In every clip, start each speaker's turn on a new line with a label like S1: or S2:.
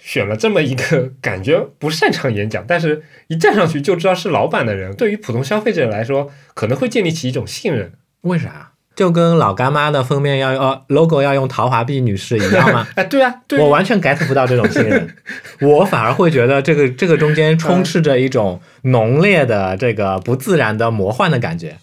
S1: 选了这么一个 感觉不擅长演讲，但是一站上去就知道是老板的人，对于普通消费者来说，可能会建立起一种信任。
S2: 为啥？就跟老干妈的封面要用呃 logo 要用陶华碧女士一样吗？
S1: 哎，对啊，对啊
S2: 我完全 get 不到这种信任，我反而会觉得这个这个中间充斥着一种浓烈的这个不自然的魔幻的感觉。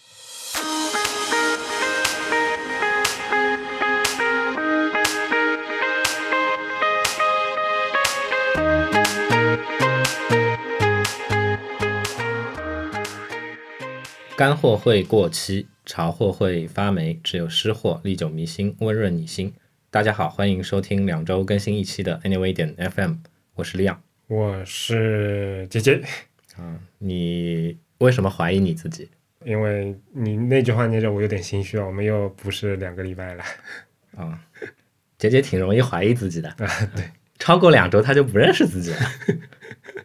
S2: 干货会过期，潮货会发霉，只有湿货历久弥新，温润你心。大家好，欢迎收听两周更新一期的 Anyway 点 FM，我是利昂。
S1: 我是杰杰，
S2: 你为什么怀疑你自己？
S1: 因为你那句话念着我有点心虚啊，我们又不是两个礼拜了，
S2: 杰杰挺容易怀疑自己的，对，超过两周他就不认识自己了。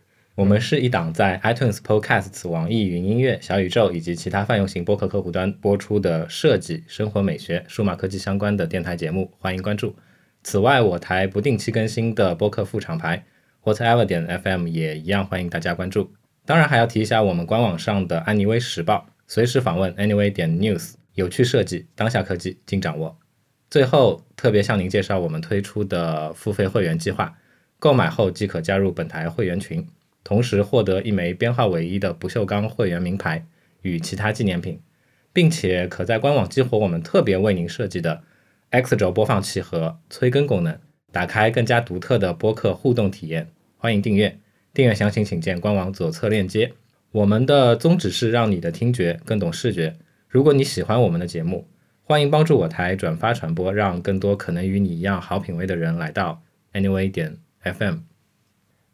S2: 我们是一档在 iTunes、Podcasts、网易云音乐、小宇宙以及其他泛用型播客客户端播出的设计、生活美学、数码科技相关的电台节目，欢迎关注。此外，我台不定期更新的播客副厂牌 Whatever 点 FM 也一样欢迎大家关注。当然还要提一下我们官网上的安妮微时报，随时访问 anyway 点 news，有趣设计，当下科技尽掌握。最后特别向您介绍我们推出的付费会员计划，购买后即可加入本台会员群，同时获得一枚编号为一的不锈钢会员名牌与其他纪念品，并且可在官网激活我们特别为您设计的 X 轴播放器和催更功能，打开更加独特的播客互动体验。欢迎订阅，订阅详情请见官网左侧链接。我们的宗旨是让你的听觉更懂视觉。如果你喜欢我们的节目，欢迎帮助我台转发传播，让更多可能与你一样好品味的人来到 Anyway 点 FM。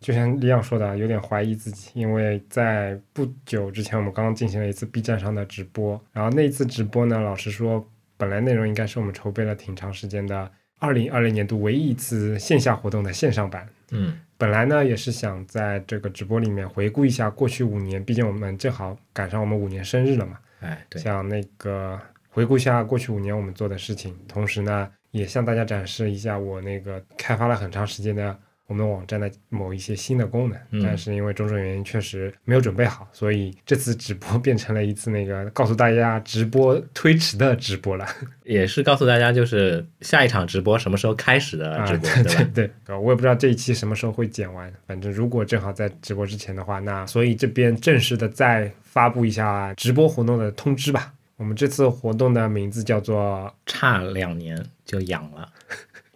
S1: 就像李昂说的啊，有点怀疑自己，因为在不久之前，我们刚刚进行了一次 B 站上的直播，然后那一次直播呢，老实说，本来内容应该是我们筹备了挺长时间的，二零二零年度唯一一次线下活动的线上版，
S2: 嗯，
S1: 本来呢也是想在这个直播里面回顾一下过去五年，毕竟我们正好赶上我们五年生日了嘛，
S2: 哎，对，
S1: 想那个回顾一下过去五年我们做的事情，同时呢也向大家展示一下我那个开发了很长时间的我们网站的某一些新的功能，
S2: 嗯
S1: 但是因为种种原因确实没有准备好，所以这次直播变成了一次那个告诉大家直播推迟的直播了。
S2: 也是告诉大家，就是下一场直播什么时候开始的直播，
S1: 啊、对
S2: 对吧？
S1: 对对，我也不知道这一期什么时候会剪完，反正如果正好在直播之前的话，那所以这边正式的再发布一下直播活动的通知吧。我们这次活动的名字叫做
S2: 差两年就痒了。
S1: “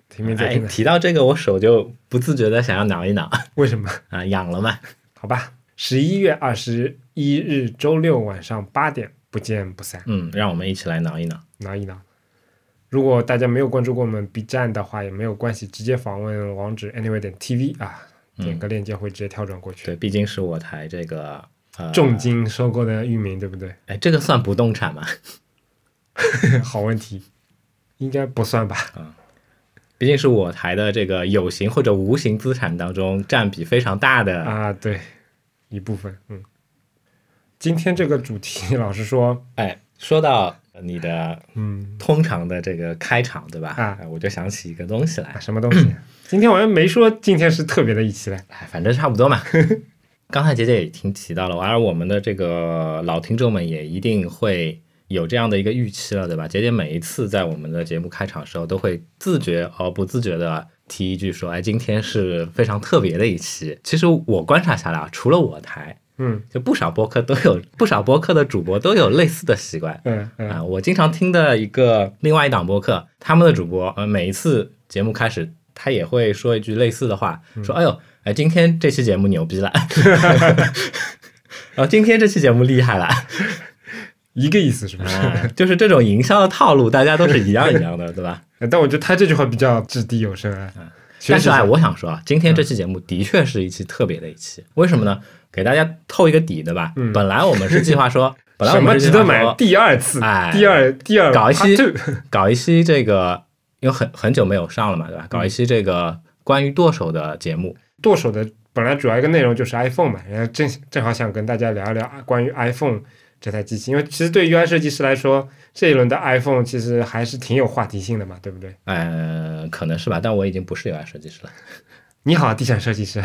S1: 听名字
S2: 哎，
S1: 听的
S2: 提到这个，我手就不自觉的想要挠一 挠”，
S1: 为什么？
S2: 啊，痒了嘛。
S1: 好吧，十一月二十一日周六晚上八点，不见不散。
S2: 嗯，让我们一起来挠一挠。
S1: 挠一挠。如果大家没有关注过我们 B 站的话，也没有关系，直接访问网址 anyway 点 tv 啊，点个链接会直接跳转过去。
S2: 嗯对，毕竟是我台这个呃，
S1: 重金收购的域名，对不对？
S2: 哎，这个算不动产吗？
S1: 好问题，应该不算吧？
S2: 毕竟是我台的这个有形或者无形资产当中占比非常大的。
S1: 啊，对，一部分，嗯。今天这个主题， 老实说，
S2: 哎，说到你的
S1: 嗯，
S2: 通常的这个开场，对吧？
S1: 啊
S2: 哎我就想起一个东西来
S1: 啊，， 什么东西？今天我像没说今天是特别的一期嘞，
S2: 哎，反正差不多嘛。 刚才姐姐也已经提到了，而我们的这个老听众们也一定会有这样的一个预期了，对吧？姐姐每一次在我们的节目开场的时候，都会自觉而不自觉的提一句说：“哎，今天是非常特别的一期。”其实我观察下来啊，除了我台，
S1: 嗯
S2: 就不少播客都有，不少播客的主播都有类似的习惯。
S1: 嗯嗯，
S2: 啊，我经常听的一个另外一档播客，他们的主播，呃，每一次节目开始，他也会说一句类似的话，
S1: 嗯
S2: 说：“哎呦，哎，今天这期节目牛逼 了，然后今天这期节目厉害了。
S1: 啊一个意思是不是？
S2: 啊”就是这种营销的套路，大家都是一样一样的，对吧？
S1: 但我觉得他这句话比较掷地有声啊。 确
S2: 嗯但
S1: 实嗯
S2: 是哎，我想说啊，今天这期节目的确是一期特别的一期，为什么呢？给大家透一个底，对吧？本来我们是计 划说，本来我
S1: 嗯什么
S2: 们是
S1: 值
S2: 计划
S1: 得买
S2: 说
S1: 第二次
S2: 哎，
S1: 第二第二
S2: 搞一
S1: part
S2: 期
S1: two
S2: 搞一期这个，因为很很久没有上了嘛，对吧？搞一期这个关于剁手的节目，
S1: 剁手的本来主要一个内容就是 iPhone 嘛，然后正正好想跟大家聊一聊关于 iPhone 这台机器，因为其实对于 UI 设计师来说，这一轮的 iPhone 其实还是挺有话题性的嘛，对不对？
S2: 呃，可能是吧，但我已经不是 UI 设计师了。
S1: 你好，地产设计师。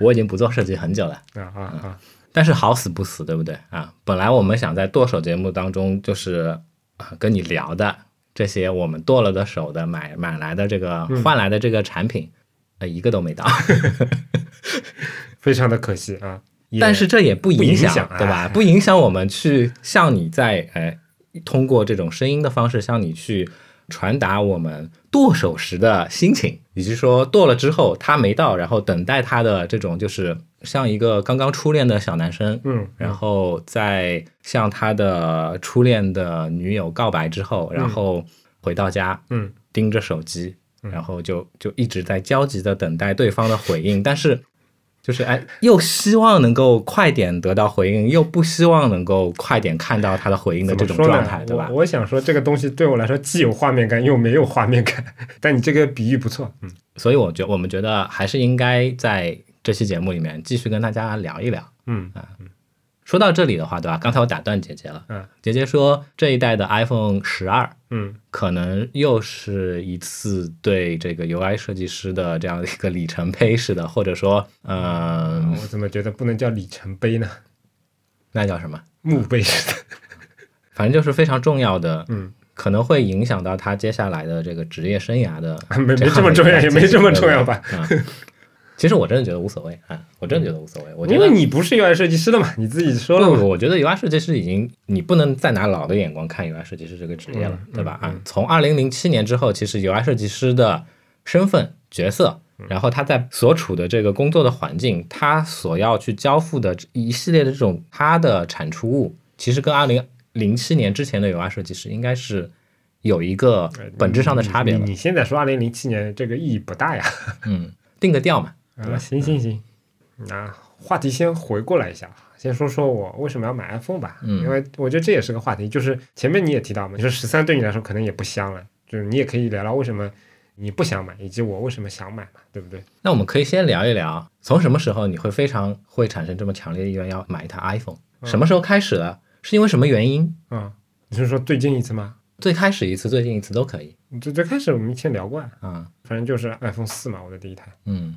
S2: 我已经不做设计很久了，
S1: 啊啊啊！
S2: 但是好死不死，对不对啊？本来我们想在剁手节目当中，就是啊跟你聊的这些我们剁了的手的买买来的这个换来的这个产品，呃，一个都没到。
S1: 非常的可惜啊。也
S2: 但是这也不
S1: 影
S2: 影响，
S1: 响
S2: 对
S1: 哎
S2: 吧？不影响我们去向你在呃通过这种声音的方式向你去传达我们剁手时的心情，以及说剁了之后他没到，然后等待他的这种就是像一个刚刚初恋的小男生，
S1: 嗯，
S2: 然后在向他的初恋的女友告白之后，然后回到家，
S1: 嗯，
S2: 盯着手机，然后就就一直在焦急的等待对方的回应，但是就是哎，又希望能够快点得到回应，又不希望能够快点看到他的回应的
S1: 怎
S2: 这
S1: 么
S2: 种
S1: 说呢
S2: 状态，？对吧
S1: 我？我想说，这个东西对我来说既有画面感又没有画面感。但你这个比喻不错，嗯，
S2: 所以我觉我们觉得还是应该在这期节目里面继续跟大家聊一聊。啊
S1: 嗯
S2: 说到这里的话，对吧？刚才我打断姐姐了，
S1: 嗯，
S2: 姐姐说这一代的 iPhone 十二，
S1: 嗯，
S2: 可能又是一次对这个 UI 设计师的这样的一个里程碑式的，或者说，嗯、
S1: 我怎么觉得不能叫里程碑呢？
S2: 那叫什么？
S1: 墓碑似的。
S2: 反正就是非常重要的，
S1: 嗯，
S2: 可能会影响到他接下来的这个职业生涯的
S1: 没 没
S2: 样的一个
S1: 这么重要也没这么重要吧
S2: 啊、其实我真的觉得无所谓啊，我真的觉得无所谓。我觉
S1: 因
S2: 得
S1: 为你不是 UI 设计师的嘛，你自己说
S2: 不
S1: 了
S2: 不
S1: 嘛。
S2: 不，我觉得 UI 设计师已经你不能再拿老的眼光看 UI 设计师这个职业了，
S1: 嗯
S2: 对吧？啊，从二零零七年之后，其实 UI 设计师的身份角色，
S1: 嗯
S2: 然后他在所处的这个工作的环境，他所要去交付的一系列的这种他的产出物，其实跟二零零七年之前的 UI 设计师应该是有一个本质上的差别
S1: 哎你
S2: 了。
S1: 你现在说二零零七年这个意义不大呀。
S2: 嗯，定个调嘛。
S1: 啊，行行行，那话题先回过来一下，啊先说说我为什么要买 iPhone 吧，
S2: 嗯
S1: 因为我觉得这也是个话题，就是前面你也提到嘛，你说十三对你来说可能也不香了，就是你也可以聊聊为什么你不想买，以及我为什么想买嘛，对不对？
S2: 那我们可以先聊一聊，从什么时候你会非常会产生这么强烈的意愿要买一台 iPhone？什
S1: 嗯
S2: 么时候开始的？是因为什么原因？
S1: 啊、你是说最近一次吗？
S2: 最开始一次，最近一次都可以
S1: 最最开始我们以前聊过啊，
S2: 啊。
S1: 反正就是 iPhone 四嘛，我的第一台，
S2: 嗯，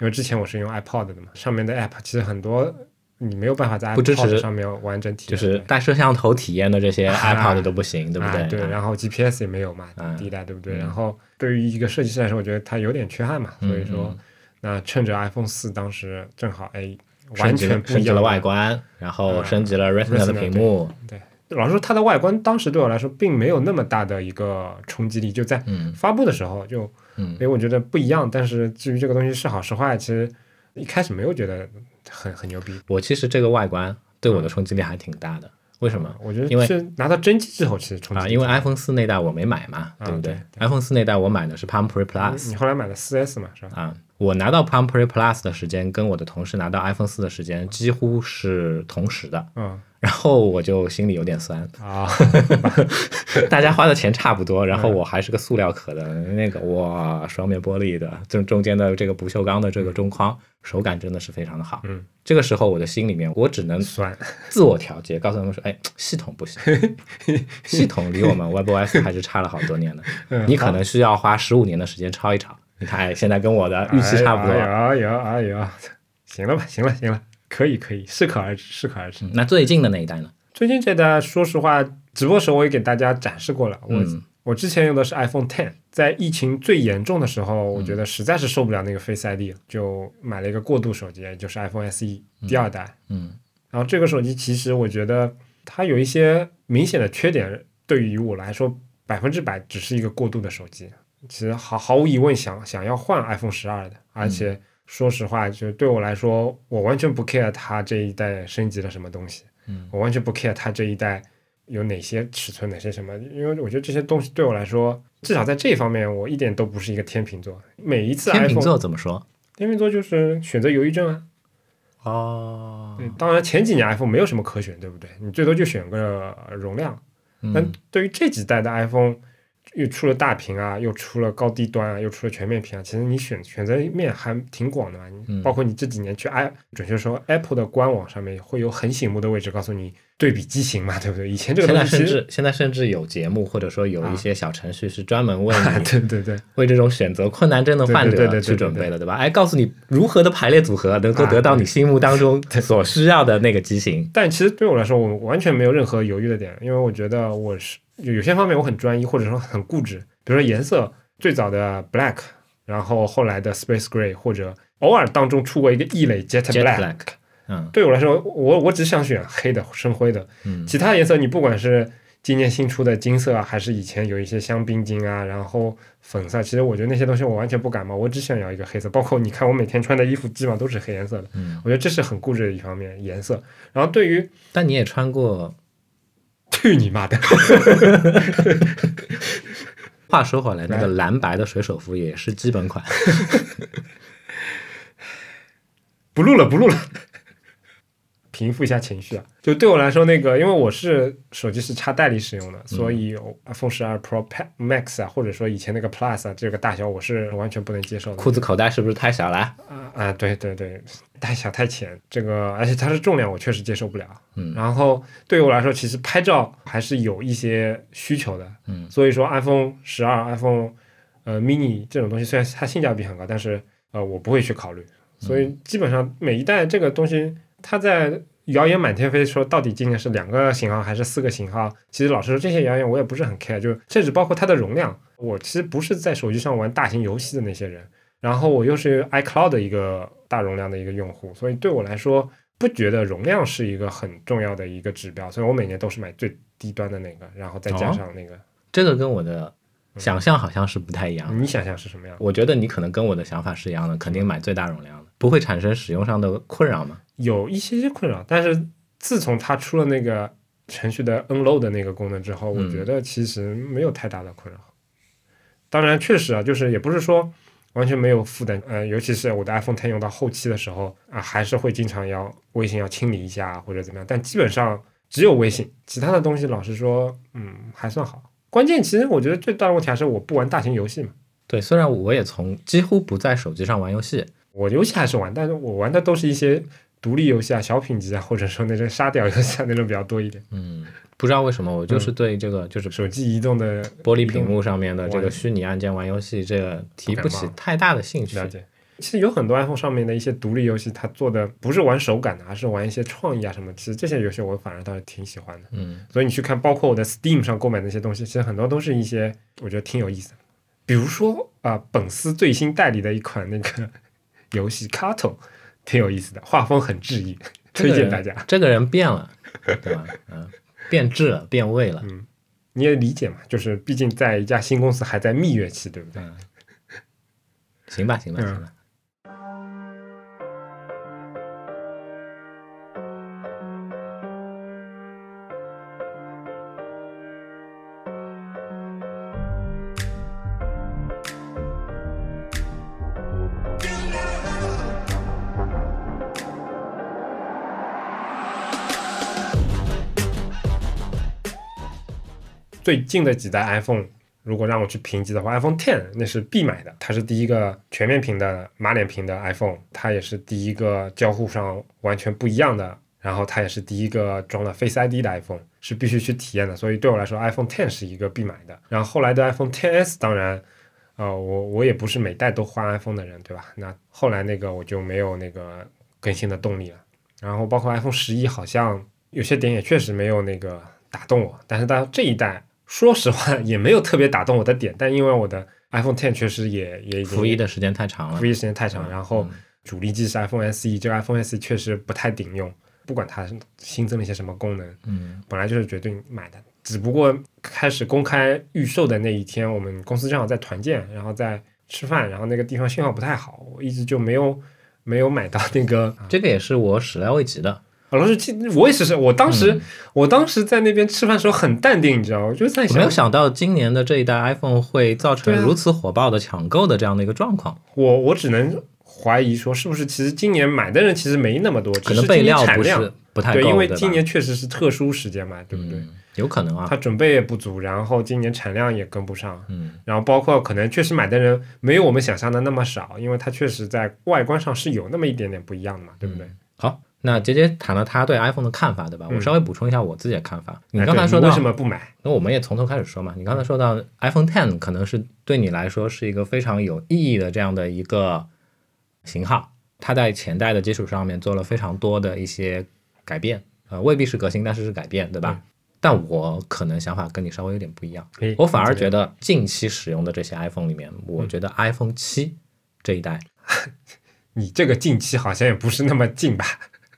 S1: 因为之前我是用 iPod 的嘛，上面的 App 其实很多你没有办法在
S2: 不支持
S1: iPod 上面完整体
S2: 就
S1: 验，对
S2: 是带摄像头体验的这些
S1: 啊
S2: iPod 都不行，对不
S1: 啊、
S2: 对？
S1: 然后 GPS 也没有嘛
S2: 啊，
S1: 第一代对不对？
S2: 嗯
S1: 然后对于一个设计师来说，我觉得它有点缺憾嘛，所
S2: 嗯
S1: 以说，那趁着 iPhone 四当时正好，哎，完
S2: 升级
S1: 全
S2: 了
S1: 不
S2: 升
S1: 一
S2: 级
S1: 样
S2: 了
S1: 的
S2: 外。观，然后
S1: 啊
S2: 升级了 Retina
S1: Retina，
S2: 的屏幕，
S1: 对，老实说，它的外观当时对我来说并没有那么大的一个冲击力，就在
S2: 嗯
S1: 发布的时候就，
S2: 嗯
S1: 哎，我觉得不一样。但是至于这个东西是好是坏，其实一开始没有觉得很很牛逼。
S2: 我其实这个外观对我的冲击力还挺大的。为什么？
S1: 嗯我觉
S2: 因为
S1: 得是拿到真机之后，其实冲击
S2: 啊，
S1: 力
S2: 因为 iPhone 四那代我没买嘛，对不对
S1: 啊对
S2: ？iPhone 四那代我买的是 Palm Pre
S1: 大
S2: Plus，
S1: 你后来买了 4S 嘛， 是吧？
S2: 啊，我拿到 Palm Pre Plus 的时间跟我的同事拿到 iPhone 四的时间几乎是同时的，
S1: 嗯
S2: 然后我就心里有点酸，
S1: 啊，
S2: 大家花的钱差不多，然后我还是个塑料壳的那个，哇，双面玻璃的，正中间的这个不锈钢的这个中框，手感真的是非常的好。
S1: 嗯，
S2: 这个时候我的心里面，我只能
S1: 酸。
S2: 自我调节，告诉他们说，哎，系 统不行，系统离我们 WebOS 还是差了好多年的，
S1: 嗯
S2: 你可能需要花十五年的时间抄一抄。你看，哎现在跟我的预期差不多。
S1: 哎呦哎呦哎呦，行了吧，行了行了，可以可以，适可而止，适可而止。
S2: 嗯那最近的那一代呢？
S1: 最近这代，说实话，直播时候我也给大家展示过了。我、
S2: 嗯
S1: 我之前用的是 iPhone Ten，在疫情最严重的时候，我
S2: 嗯
S1: 觉得实在是受不了那个 Face ID，了就买了一个过渡手机，也就是 iPhone SE 第二代。
S2: 嗯
S1: 然后这个手机其实我觉得它有一些明显的缺点，对于我来说，百分之百只是一个过渡的手机。其实毫毫无疑问想，想要换 iPhone 十二的，而且
S2: 嗯
S1: 说实话，就对我来说，我完全不 care 它这一代升级了什么东西，
S2: 嗯，
S1: 我完全不 care 它这一代有哪些尺寸，哪些什么，因为我觉得这些东西对我来说，至少在这一方面，我一点都不是一个天秤座。每一次
S2: 天
S1: iPhone，
S2: 秤座怎么说？
S1: 天秤座就是选择犹豫症啊，
S2: 哦，
S1: 对，嗯当然前几年 iPhone 没有什么可选，对不对？你最多就选个呃容量。但
S2: 嗯
S1: 对于这几代的 iPhone，又出了大屏啊，又出了高低端啊，又出了全面屏啊，其实你选选择面还挺广的嘛。你
S2: 嗯
S1: 包括你这几年去 i，准确说 Apple 的官网上面会有很醒目的位置告诉你对比机型嘛，对不对？以前这个
S2: 现在
S1: 东西
S2: 甚
S1: 其实
S2: 至现在甚至有节目，或者说有一些小程序是专门为你、
S1: 啊， 对对对，
S2: 为这种选择困难症的患
S1: 对对对
S2: 者
S1: 对对啊
S2: 去准备的，对吧？哎，告诉你如何的排列组合能够得到你心目当中所需要的那个机型。
S1: 但其实对我来说，我完全没有任何犹豫的点，因为我觉得我是有有些方面我很专一，或者说很固执。比如说颜色，最早的 black，然后后来的 space gray，或者偶尔当中出过一个异类 jet
S2: Jet
S1: black。
S2: black 嗯
S1: 对我来说，我我只想选黑的、深灰的，
S2: 嗯
S1: 其他颜色你不管是今年新出的金色啊，还是以前有一些香槟金啊，然后粉色，啊其实我觉得那些东西我完全不感冒，我只想要一个黑色。包括你看我每天穿的衣服，基本上都是黑颜色的，
S2: 嗯，
S1: 我觉得这是很固执的一方面颜色。然后对于
S2: 但你也穿过。
S1: 去你妈的！
S2: 话说回来，那个
S1: 来
S2: 蓝白的水手服也是基本款。
S1: 不录了，不录了。平复一下情绪啊！就对我来说，那个因为我是手机是插袋里使用的，所以有 iPhone 十二 Pro Pa- Max 啊，或者说以前那个 Plus 啊，这个大小我是完全不能接受的。
S2: 裤子口袋是不是太小了？
S1: 啊啊，对对对，太小太浅，这个而且它的重量我确实接受不了。
S2: 嗯
S1: 然后对于我来说，其实拍照还是有一些需求的。
S2: 嗯
S1: 所以说 iPhone 十二、iPhone 呃 mini 这种东西，虽然它性价比很高，但是呃我不会去
S2: 嗯
S1: 考虑。所以基本上每一代这个东西，它在谣言满天飞，说到底今年是两个型号还是四个型号？其实老实说，这些谣言我也不是很 care，就甚至包括它的容量，我其实不是在手机上玩大型游戏的那些人，然后我又是 iCloud 的一个大容量的一个用户，所以对我来说。不觉得容量是一个很重要的一个指标，所以我每年都是买最低端的那个，然后再加
S2: 哦
S1: 上那个
S2: 这个跟我的想象好像是不太一样的。
S1: 你想象是什么样？
S2: 我觉得你可能跟我的想法是一样的，肯定买最大容量的，不会产生使用上的困扰嘛。
S1: 有一些些困扰，但是自从它出了那个程序的 unload 的那个功能之后，我
S2: 嗯
S1: 觉得其实没有太大的困扰。当然，确实啊，就是也不是说完全没有负担，呃，尤其是我的 iPhone Ten 用到后期的时候啊，还是会经常要微信要清理一下啊或者怎么样，但基本上只有微信，其他的东西老实说，嗯，还算好。关键其实我觉得最大的问题还是我不玩大型游戏嘛，
S2: 对，虽然我也从几乎不在手机上玩游戏，
S1: 我游戏还是玩，但是我玩的都是一些独立游戏啊、小品级啊，或者说那种沙雕游戏啊那种比较多一点。
S2: 嗯，不知道为什么我就是对这个就是
S1: 手机移动的
S2: 玻璃屏幕上面的这
S1: 玩
S2: 个虚拟按键玩游戏，这个提不
S1: 不
S2: 起
S1: 感冒
S2: 太大的兴趣。
S1: 了解，其实有很多 iPhone 上面的一些独立游戏，它做的不是玩手感的，而是玩一些创意啊什么。其实这些游戏我反而倒是挺喜欢的。
S2: 嗯，
S1: 所以你去看，包括我的 Steam 上购买的那些东西，其实很多都是一些我觉得挺有意思的。比如说啊、本司最新代理的一款那个 游戏 Carto，挺有意思的，画风很治愈，
S2: 这
S1: 推
S2: 个
S1: 荐
S2: 人
S1: 大家。
S2: 这个人变了，对吧？嗯，变质了，变味了。
S1: 你也理解嘛，就是毕竟在一家新公司还在蜜月期，对不对？
S2: 嗯，行吧，行吧，
S1: 嗯
S2: 行吧。
S1: 最近的几代 iPhone，如果让我去评级的话，iPhone Ten 那是必买的，它是第一个全面屏的马脸屏的 iPhone，它也是第一个交互上完全不一样的，然后它也是第一个装了 Face ID 的 iPhone，是必须去体验的。所以对我来说，iPhone Ten 是一个必买的。然后后来的 iPhone XS，当然。呃，我我也不是每代都换 iPhone 的人，对吧？那后来那个我就没有那个更新的动力了。然后包括 iPhone 十一，好像有些点也确实没有那个打动我，但是到这一代，说实话也没有特别打动我的点，但因为我的 iPhone Ten 确实也也已经
S2: 服役的时间太长了
S1: 服。役时间太长，然
S2: 嗯
S1: 后主力机是 iPhone SE，这个 iPhone SE 确实不太顶用，不管它新增了一些什么功能，
S2: 嗯
S1: 本来就是决定买的，只不过开始公开预售的那一天，我们公司正好在团建，然后在吃饭，然后那个地方信号不太好，我一直就没有没有买到那个
S2: 这个也是我始料未及的。
S1: 啊，老师，其实我也是，我当时、
S2: 嗯
S1: 我当时在那边吃饭的时候很淡定，你知道吗？我就在
S2: 我没有
S1: 想，
S2: 想到今年的这一代 iPhone 会造成
S1: 对啊
S2: 如此火爆的抢购的这样的一个状况，
S1: 我我只能怀疑说，是不是其实今年买的人其实没那么多，
S2: 可
S1: 只
S2: 能
S1: 今
S2: 备
S1: 年
S2: 料
S1: 产
S2: 不
S1: 量
S2: 是不太够，
S1: 对，因为
S2: 吧
S1: 今年确实是特殊时间嘛，对不对？
S2: 嗯有可能啊
S1: 他，准备也不足，然后今年产量也跟不上，
S2: 嗯，
S1: 然后包括可能确实买的人没
S2: 嗯
S1: 有我们想象的那么少，因为它确实在外观上是有那么一点点不一样的嘛，对不对？
S2: 好，那杰杰谈了他对 iPhone 的看法，对吧？我稍微补充一下我自己的看法。你刚才
S1: 嗯哎对
S2: 说
S1: 你
S2: 到
S1: 为什么不买？
S2: 那我们也从头开始说嘛。你刚才说到 iPhone Ten 可能是对你来说是一个非常有意义的这样的一个型号，它在前代的基础上面做了非常多的一些改变，呃，未必是革新，但是是改变，对吧？但我可能想法跟你稍微有点不一样，
S1: 嗯哎
S2: 我反
S1: 怎
S2: 而
S1: 么
S2: 觉得近期使用的这些 iPhone 里面，
S1: 嗯
S2: 我觉得 iPhone 七这一代，
S1: 你这个近期好像也不是那么近吧？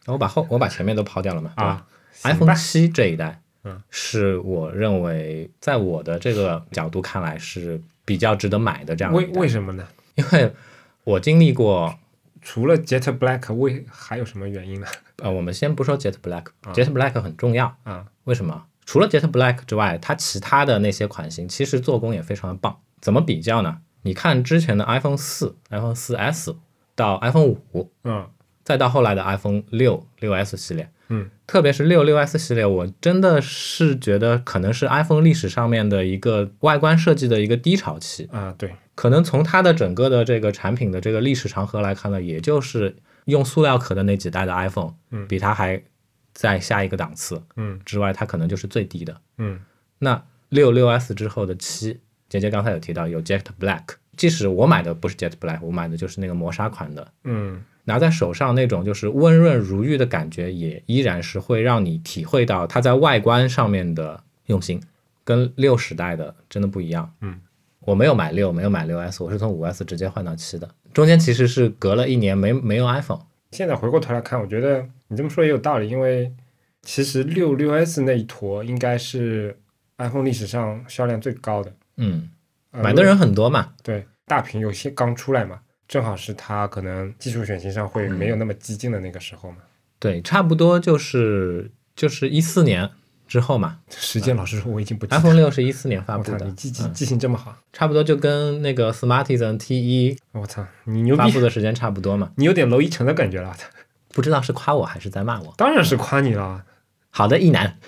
S2: 我把后我把前面都抛掉了嘛，对吧？
S1: 啊行
S2: iPhone 七这一代，
S1: 嗯，
S2: 是我认为在我的这个角度看来是比较值得买的这样的
S1: 为
S2: 一代，
S1: 为什么呢？
S2: 因为我经历过，
S1: 除了 Jet Black，为还有什么原因呢？
S2: 呃，我们先不说 Jet Black，Jet、Black 很重要，
S1: 啊，
S2: 为什么？除了 Jet Black 之外，它其他的那些款型其实做工也非常的棒。怎么比较呢？你看之前的 iPhone 四、iPhone 四 S 到 iPhone 五，
S1: 嗯
S2: 再到后来的 iPhone 六、六 S 系列，
S1: 嗯，
S2: 特别是六六 S 系列，我真的是觉得可能是 iPhone 历史上面的一个外观设计的一个低潮期。
S1: 啊，对，
S2: 可能从它的整个的这个产品的这个历史长河来看呢，也就是用塑料壳的那几代的 iPhone，
S1: 嗯
S2: 比它还在下一个档次
S1: 嗯
S2: 之外，它可能就是最低的。
S1: 嗯
S2: 那六六 S 之后的七，姐姐刚才有提到有 Jet Black，即使我买的不是 Jet Black，我买的就是那个磨砂款的，
S1: 嗯
S2: 拿在手上那种就是温润如玉的感觉，也依然是会让你体会到它在外观上面的用心，跟六时代的真的不一样。
S1: 嗯，
S2: 我没有买六，没有买六 S，我是从五 S 直接换到七的，中间其实是隔了一年没没有 iPhone。
S1: 现在回过头来看，我觉得你这么说也有道理，因为其实六六 S 那一坨应该是 iPhone 历史上销量最高的，
S2: 嗯，
S1: 呃
S2: 买的人很多嘛，
S1: 对大屏有些刚出来嘛，正好是它可能技术选型上会没有那么激进的那个时候嘛。
S2: 对，差不多就是就是一四年之后嘛
S1: 时间老实说我已经不记得
S2: ，iPhone
S1: 了。
S2: 六是一四年发
S1: 我
S2: 布
S1: 操，
S2: 的
S1: 你，记记记性这么好，
S2: 差不多就跟那个 Smartisan T 一
S1: 我操，你牛
S2: 发
S1: 逼
S2: 布，的时间差不多嘛，
S1: 你有点娄一成的感觉了。我操
S2: 不知道是夸我还是在骂我。
S1: 当然是夸你了，
S2: 好的，一男。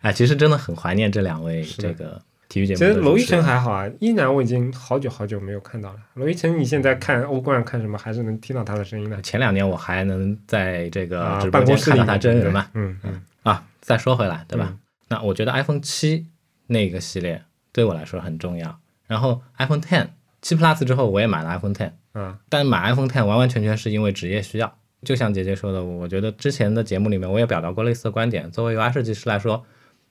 S2: 哎，其实真的很怀念这两位这个体育节
S1: 其
S2: 目的
S1: 实
S2: 主持人。
S1: 娄一成还好啊，一男我已经好久好久没有看到了。娄一成，你现在看欧冠看什么，还是能听到他的声音的。
S2: 前两年我还能在这个
S1: 啊
S2: 直，播
S1: 办
S2: 间
S1: 公室
S2: 看
S1: 里
S2: 到他真人嘛
S1: 面，嗯嗯，
S2: 啊。再说回来，对吧？那我觉得 iPhone 七那个系列对我来说很重要。然后 iPhone Ten 七 Plus 之后，我也买了 iPhone Ten，
S1: 啊，
S2: 但买 iPhone Ten 完完全全是因为职业需要。就像姐姐说的，我觉得之前的节目里面我也表达过类似的观点。作为 UI 设计师来说，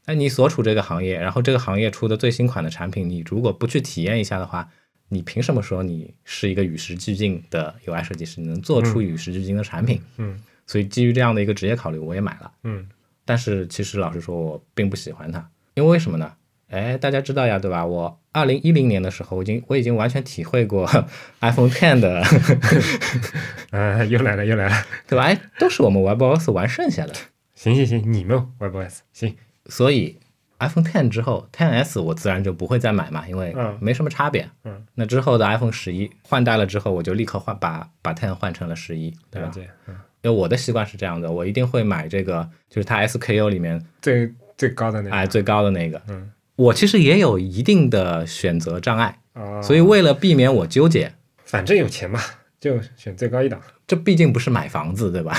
S2: 哎，你所处这个行业，然后这个行业出的最新款的产品，你如果不去体验一下的话，你凭什么说你是一个与时俱进的 UI 设计师，你能做出与时俱进的产品？
S1: 嗯
S2: 所以基于这样的一个职业考虑，我也买了。
S1: 嗯
S2: 但是其实老实说，我并不喜欢它，因为为什么呢？哎，大家知道呀，对吧？我二零一零年的时候，我已经我已经完全体会过 iPhone Ten 的
S1: 啊，又来了又来了，
S2: 对吧？哎，都是我们 WebOS 玩剩下的。
S1: 行行行，你们 WebOS 行，
S2: 所以 iPhone Ten 之后，Ten S 我自然就不会再买嘛，因为
S1: 嗯
S2: 没什么差别。
S1: 嗯，
S2: 那之后的 iPhone 十一换代了之后，我就立刻换把把 Ten 换成了十一，对
S1: 了
S2: 吧？
S1: 解，嗯，
S2: 因为我的习惯是这样的，我一定会买这个，就是它 SKU 里面
S1: 最最高的那个，
S2: 哎最高的那个。
S1: 嗯，
S2: 我其实也有一定的选择障碍，
S1: 啊，
S2: 所以为了避免我纠结，
S1: 反正有钱嘛，就选最高一档。
S2: 这毕竟不是买房子，对吧？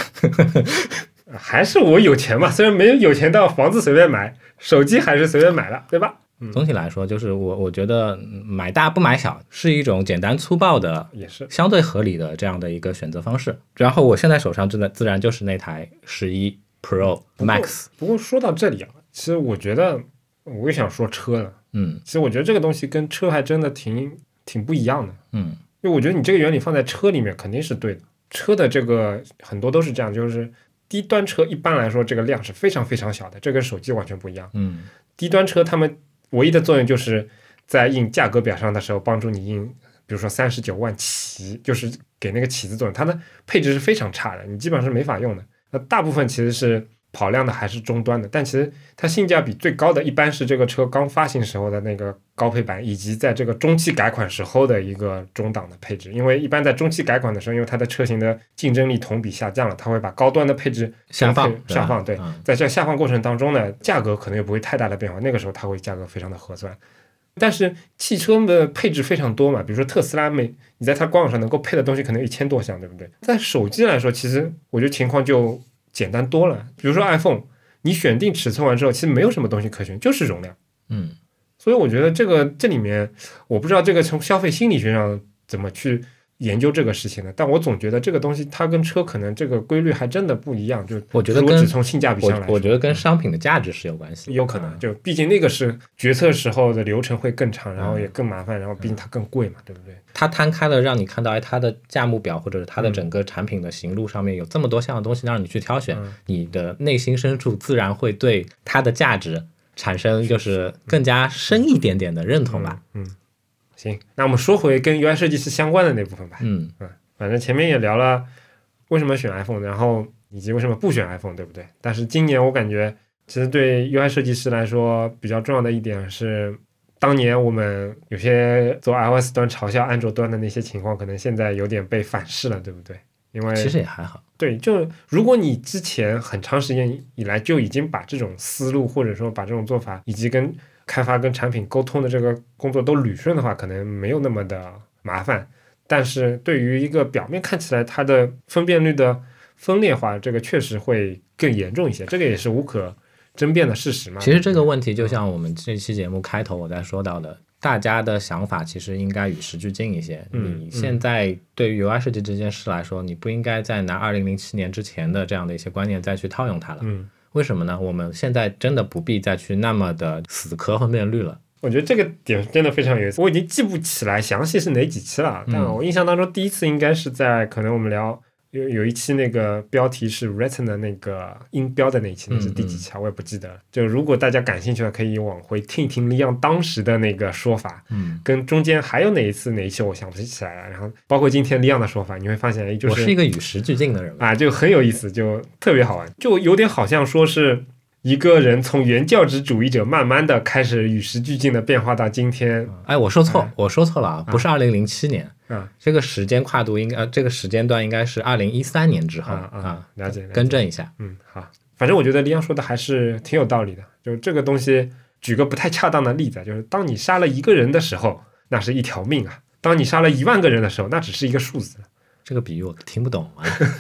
S1: 还是我有钱嘛，虽然没有有钱到房子随便买，手机还是随便买了，对吧？
S2: 总体来说，就是我我觉得嗯买大不买小是一种简单粗暴的
S1: 也是，
S2: 相对合理的这样的一个选择方式。然后我现在手上自然自然就是那台十一 Pro
S1: 过
S2: Max，
S1: 不过说到这里啊，其实我觉得我又想说车了。
S2: 嗯
S1: 其实我觉得这个东西跟车还真的挺挺不一样的，
S2: 嗯
S1: 因为我觉得你这个原理放在车里面肯定是对的。车的这个很多都是这样，就是低端车一般来说这个量是非常非常小的，这跟手机完全不一样。
S2: 嗯，
S1: 低端车他们唯一的作用就是在印价格表上的时候帮助你印，比如说三十九万起，就是给那个起字作用，它的配置是非常差的，你基本上是没法用的。那大部分其实是跑量的还是终端的，但其实它性价比最高的一般是这个车刚发行时候的那个高配版，以及在这个中期改款时候的一个中档的配置，因为一般在中期改款的时候，因为它的车型的竞争力同比下降了，它会把高端的配置
S2: 下放
S1: 中配下放，对
S2: 吧，嗯
S1: 在这下放过程当中呢，价格可能也不会太大的变化，那个时候它会价格非常的合算。但是汽车的配置非常多嘛，比如说特斯拉每你在它官网上能够配的东西可能有一千多项，对不对？在手机来说，其实我觉得情况就简单多了。比如说 iPhone，你选定尺寸完之后，其实没有什么东西可选，就是容量。
S2: 嗯，
S1: 所以我觉得这个这里面，我不知道这个从消费心理学上怎么去研究这个事情呢？但我总觉得这个东西它跟车可能这个规律还真的不一样。就
S2: 我觉得
S1: 如果
S2: 跟
S1: 只从性价比上
S2: 我
S1: 来说，
S2: 我
S1: 嗯
S2: 觉得跟商品的价值是有关系的，
S1: 有可能
S2: 啊
S1: 就毕竟那个是决策时候的流程会更长，然后也更麻烦，然后毕竟它更贵嘛，对不对？
S2: 它摊开了让你看到，哎，它的价目表或者是它的
S1: 嗯
S2: 整个产品的行路上面有这么多项的东西让你去挑选，
S1: 嗯
S2: 你的内心深处自然会对它的价值产生就是更加深一点点的认同吧。
S1: 嗯，行，那我们说回跟 UI 设计师相关的那部分吧。
S2: 嗯
S1: 嗯，反正前面也聊了为什么选 iPhone，然后以及为什么不选 iPhone，对不对？但是今年我感觉，其实对 UI 设计师来说比较重要的一点是，当年我们有些做 iOS 端嘲笑安卓端的那些情况，可能现在有点被反噬了，对不对？因为
S2: 其实也还好。
S1: 对，就如果你之前很长时间以来就已经把这种思路，或者说把这种做法，以及跟开发跟产品沟通的这个工作都捋顺的话，可能没有那么的麻烦。但是对于一个表面看起来它的分辨率的分裂化，这个确实会更严重一些，这个也是无可争辩的事实嘛。
S2: 其实这个问题就像我们这期节目开头我在说到的，大家的想法其实应该与时俱进一些。
S1: 嗯
S2: 你现在对于 UI 设计这件事来说，你不应该再拿2007年之前的这样的一些观念再去套用它了。
S1: 嗯，
S2: 为什么呢？我们现在真的不必再去那么的死磕分辨率了。
S1: 我觉得这个点真的非常有意思，我已经记不起来详细是哪几期了，但
S2: 嗯
S1: 我印象当中第一次应该是在可能我们聊有有一期那个标题是 Retina 那个音标的那一期，
S2: 嗯
S1: 那是第几期啊？我也不记得了。就如果大家感兴趣的，可以往回听一听利昂当时的那个说法，
S2: 嗯，
S1: 跟中间还有哪一次哪一期我想不起来了。然后包括今天利昂的说法，你会发现，哎，就
S2: 我是一个与时俱进的人吧。
S1: 啊，就很有意思，就特别好玩，就有点好像说是一个人从原教旨主义者慢慢的开始与时俱进的变化到今天，
S2: 哎，我说错，我说错了啊，不是2007年，
S1: 啊
S2: 这个时间跨度应该、呃这个时间段应该是2013年之后
S1: 啊啊，了解了解，
S2: 更正一下。
S1: 嗯，好，反正我觉得李阳说的还是挺有道理的，就这个东西，举个不太恰当的例子啊，就是当你杀了一个人的时候，那是一条命啊。当你杀了一万个人的时候，那只是一个数字。
S2: 这个比喻我听不懂啊。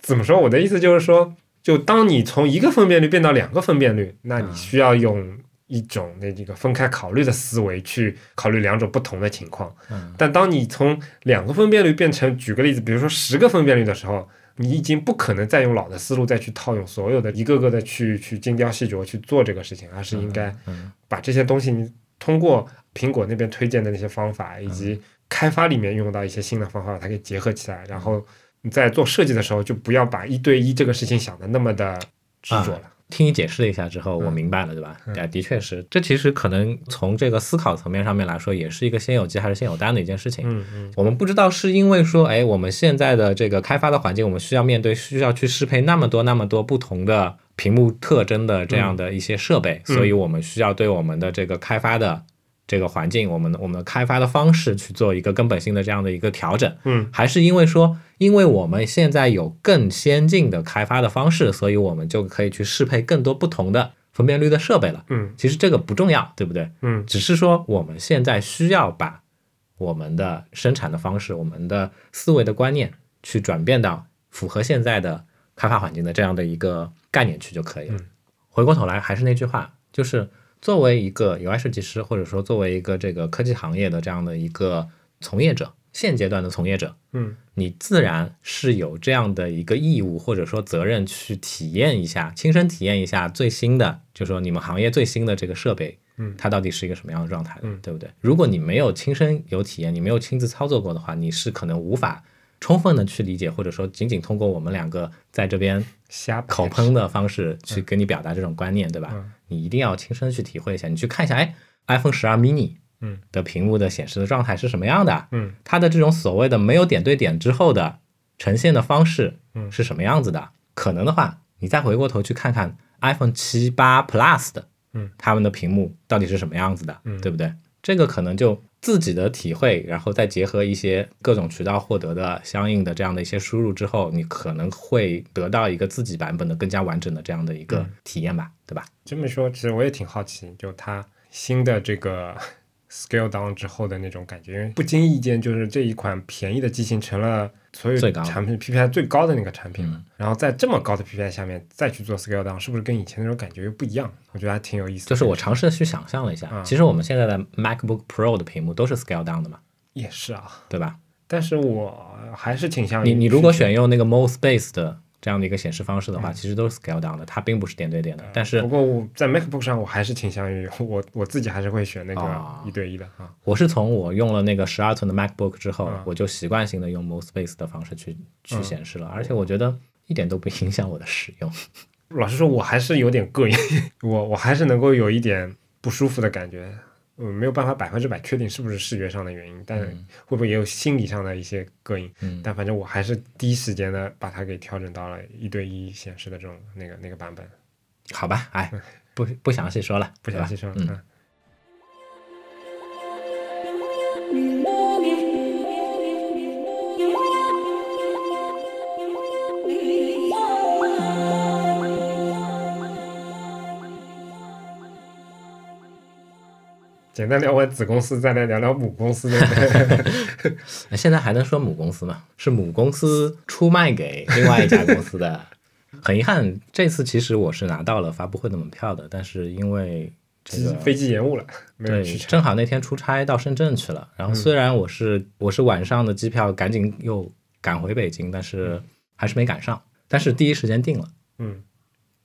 S1: 怎么说？我的意思就是说，就当你从一个分辨率变到两个分辨率，那你
S2: 嗯
S1: 需要用一种那这个分开考虑的思维去考虑两种不同的情况。
S2: 嗯
S1: 但当你从两个分辨率变成，举个例子，比如说十个分辨率的时候，你已经不可能再用老的思路再去套用所有的一个个的去去精雕细琢去做这个事情，而是应该
S2: 嗯
S1: 把这些东西你通过苹果那边推荐的那些方法，以及开发里面用到一些新的方法，把它给结合起来。然后你在做设计的时候，就不要把一对一这个事情想的那么的执着了。
S2: 听你解释了一下之后，我明白了，对吧？啊，的确是，这其实可能从这个思考层面上面来说，也是一个先有鸡还是先有蛋的一件事情。
S1: 嗯嗯
S2: 我们不知道是因为说，哎，我们现在的这个开发的环境，我们需要面对需要去适配那么多那么多不同的屏幕特征的这样的一些设备，
S1: 嗯
S2: 所以我们需要对我们的这个开发的这个环境，我们的我们的开发的方式去做一个根本性的这样的一个调整。
S1: 嗯
S2: 还是因为说，因为我们现在有更先进的开发的方式，所以我们就可以去适配更多不同的分辨率的设备了。
S1: 嗯
S2: 其实这个不重要，对不对？
S1: 嗯
S2: 只是说我们现在需要把我们的生产的方式、我们的思维的观念去转变到符合现在的开发环境的这样的一个概念去就可以了。
S1: 嗯
S2: 回过头来，还是那句话，就是作为一个 UI 设计师，或者说作为一个这个科技行业的这样的一个从业者，现阶段的从业者，
S1: 嗯
S2: 你自然是有这样的一个义务或者说责任去体验一下，亲身体验一下最新的，就说你们行业最新的这个设备，
S1: 嗯
S2: 它到底是一个什么样的状态的，
S1: 嗯
S2: 对不对？如果你没有亲身有体验，你没有亲自操作过的话，你是可能无法充分的去理解，或者说仅仅通过我们两个在这边
S1: 瞎掰
S2: 口喷的方式去跟你表达这种观念，对吧？
S1: 嗯
S2: 你一定要亲身去体会一下，你去看一下，哎，iPhone 十二 mini
S1: 嗯
S2: 的屏幕的显示的状态是什么样的？
S1: 嗯
S2: 它的这种所谓的没有点对点之后的呈现的方式
S1: 嗯
S2: 是什么样子的？可能的话，你再回过头去看看 iPhone 七八 Plus 的，
S1: 嗯，
S2: 他们的屏幕到底是什么样子的，
S1: 嗯
S2: 对不对？这个可能就自己的体会，然后再结合一些各种渠道获得的相应的这样的一些输入之后，你可能会得到一个自己版本的更加完整的这样的一个
S1: 嗯
S2: 体验吧，对吧？
S1: 这么说，其实我也挺好奇，就它新的这个 scale down 之后的那种感觉，因为不经意间就是这一款便宜的机型成了所有
S2: 最高
S1: 产品 PPI 最高的那个产品了。
S2: 嗯
S1: 然后在这么高的 PPI 下面再去做 scale down，是不是跟以前那种感觉又不一样？我觉得还挺有意思的。
S2: 就是我尝试去想象了一下，
S1: 嗯
S2: 其实我们现在的 MacBook Pro 的屏幕都是 scale down 的嘛，
S1: 也是啊，
S2: 对吧？
S1: 但是我还是倾向于
S2: 你你如果选用那个 Mo Space 的这样的一个显示方式的话，
S1: 嗯
S2: 其实都是 scale down 的，它并不是点对点的。但
S1: 不
S2: 是
S1: 过我在 MacBook 上，我还是倾向于我我自己还是会选那
S2: 啊
S1: 个一对一的啊。
S2: 我是从我用了那个十二寸的 MacBook 之后，
S1: 嗯
S2: 我就习惯性的用 Mo Space 的方式去去显示了，而且我觉得一点都不影响我的使用。
S1: 老实说，我还是有点膈应， 我我还是能够有一点不舒服的感觉。我没有办法百分之百确定是不是视觉上的原因，但会不会也有心理上的一些膈应？
S2: 嗯
S1: 但反正我还是第一时间的把它给调整到了一对一显示的这种那个那个版本，
S2: 好吧，哎，不不详细说了，
S1: 不详细说了。
S2: 对吧嗯，
S1: 嗯简单聊完子公司，再来聊聊母公司，对不对？
S2: 哎现在还能说母公司吗？是母公司出卖给另外一家公司的。 很遗憾，这次其实我是拿到了发布会的门票的，但是因为 这
S1: 机
S2: 个
S1: 飞机延误了，没有
S2: 对
S1: 去，成。嗯
S2: 正好那天出差到深圳去了。然后虽然我是、我是晚上的机票，赶紧又赶回北京，但是还是没赶上。但是第一时间定了，
S1: 嗯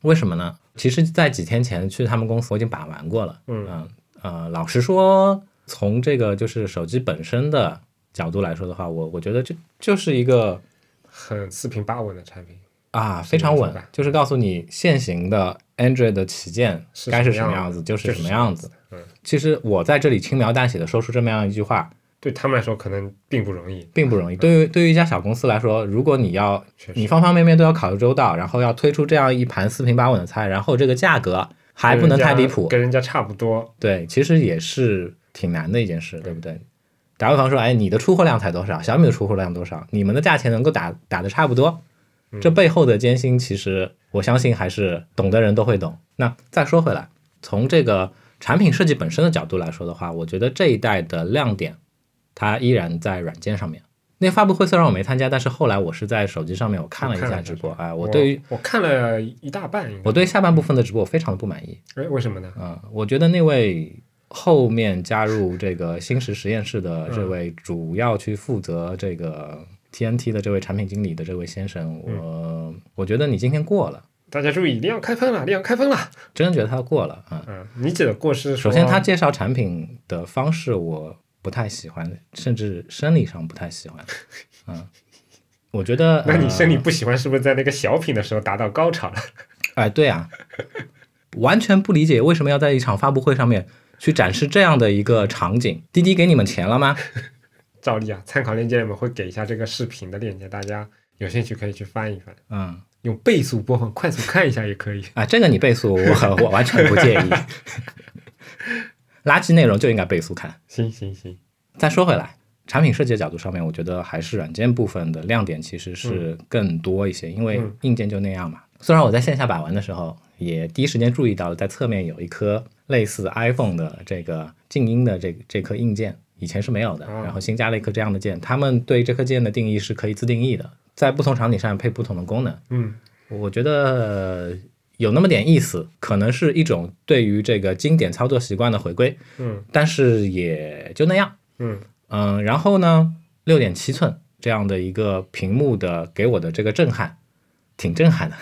S2: 为什么呢？其实，在几天前去他们公司，我已经把玩过了。
S1: 嗯
S2: 呃呃，老实说，从这个就是手机本身的角度来说的话，我我觉得这就是一个
S1: 很四平八稳的产品，
S2: 啊非常稳
S1: 明白，
S2: 就是告诉你现行的 Android 的旗舰
S1: 是
S2: 该是什
S1: 什么
S2: 么
S1: 样
S2: 样子就是
S1: 就
S2: 什
S1: 是
S2: 么
S1: 什么
S2: 样子。
S1: 嗯，
S2: 其实我在这里轻描淡写的说出这么样一句话，
S1: 对他们来说可能并不容易。
S2: 并不容易。对于对于一家小公司来说，如果你要
S1: 嗯确实
S2: 你方方面面都要考虑周到，然后要推出这样一盘四平八稳的菜，然后这个价格还不能太离谱，
S1: 跟人家差不多。
S2: 对，其实也是挺难的一件事，对不对？打比方说，哎，你的出货量才多少？小米的出货量多少？你们的价钱能够打打的差不多？
S1: 嗯
S2: 这背后的艰辛，其实我相信还是懂的人都会懂。那再说回来，从这个产品设计本身的角度来说的话，我觉得这一代的亮点，它依然在软件上面。那发布会虽然我没参加，但是后来我是在手机上面我看了
S1: 我
S2: 一
S1: 看
S2: 下
S1: 了一下
S2: 直播，哎，
S1: 我
S2: 我对于
S1: 我看了一大半，应该
S2: 我对下半部分的直播我非常的不满意。
S1: 哎为什么呢？
S2: 嗯，我觉得那位后面加入这个新石实验室的这位，主要去负责这个 TNT 的这位产品经理的这位先生，
S1: 嗯
S2: 我我觉得你今天过了，
S1: 大家注意，力量开喷了，力量开喷了。
S2: 真的觉得他过了啊、嗯
S1: 嗯，你指的过失，
S2: 首先，他介绍产品的方式我不太喜欢，甚至生理上不太 喜欢。嗯，我觉得
S1: 那你生理
S2: 呃
S1: 不喜欢是不是在那个小品的时候达到高潮了？
S2: 哎，对啊，完全不理解为什么要在一场发布会上面去展示这样的一个场景。滴滴给你们钱了吗？
S1: 照例啊，参考链接里面会给一下这个视频的链接，大家有兴趣可以去翻一翻，
S2: 嗯。
S1: 用倍速播放，快速看一下也可以。
S2: 啊，这个你倍速我我完全不介意， 垃圾内容就应该倍速看。
S1: 行行行，
S2: 再说回来，产品设计的角度上面，我觉得还是软件部分的亮点其实是更多一些，因为
S1: 嗯
S2: 硬件就那样嘛。虽然我在线下把玩的时候，也第一时间注意到了，在侧面有一颗类似 iPhone 的这个静音的这这颗硬件，以前是没有的，
S1: 啊
S2: 然后新加了一颗这样的键。他们对这颗键的定义是可以自定义的，在不同场景上配不同的功能。
S1: 嗯，
S2: 我觉得有那么点意思，可能是一种对于这个经典操作习惯的回归，
S1: 嗯
S2: 但是也就那样。
S1: 嗯
S2: 嗯，然后呢，六点七寸这样的一个屏幕的给我的这个震撼，挺震 撼的。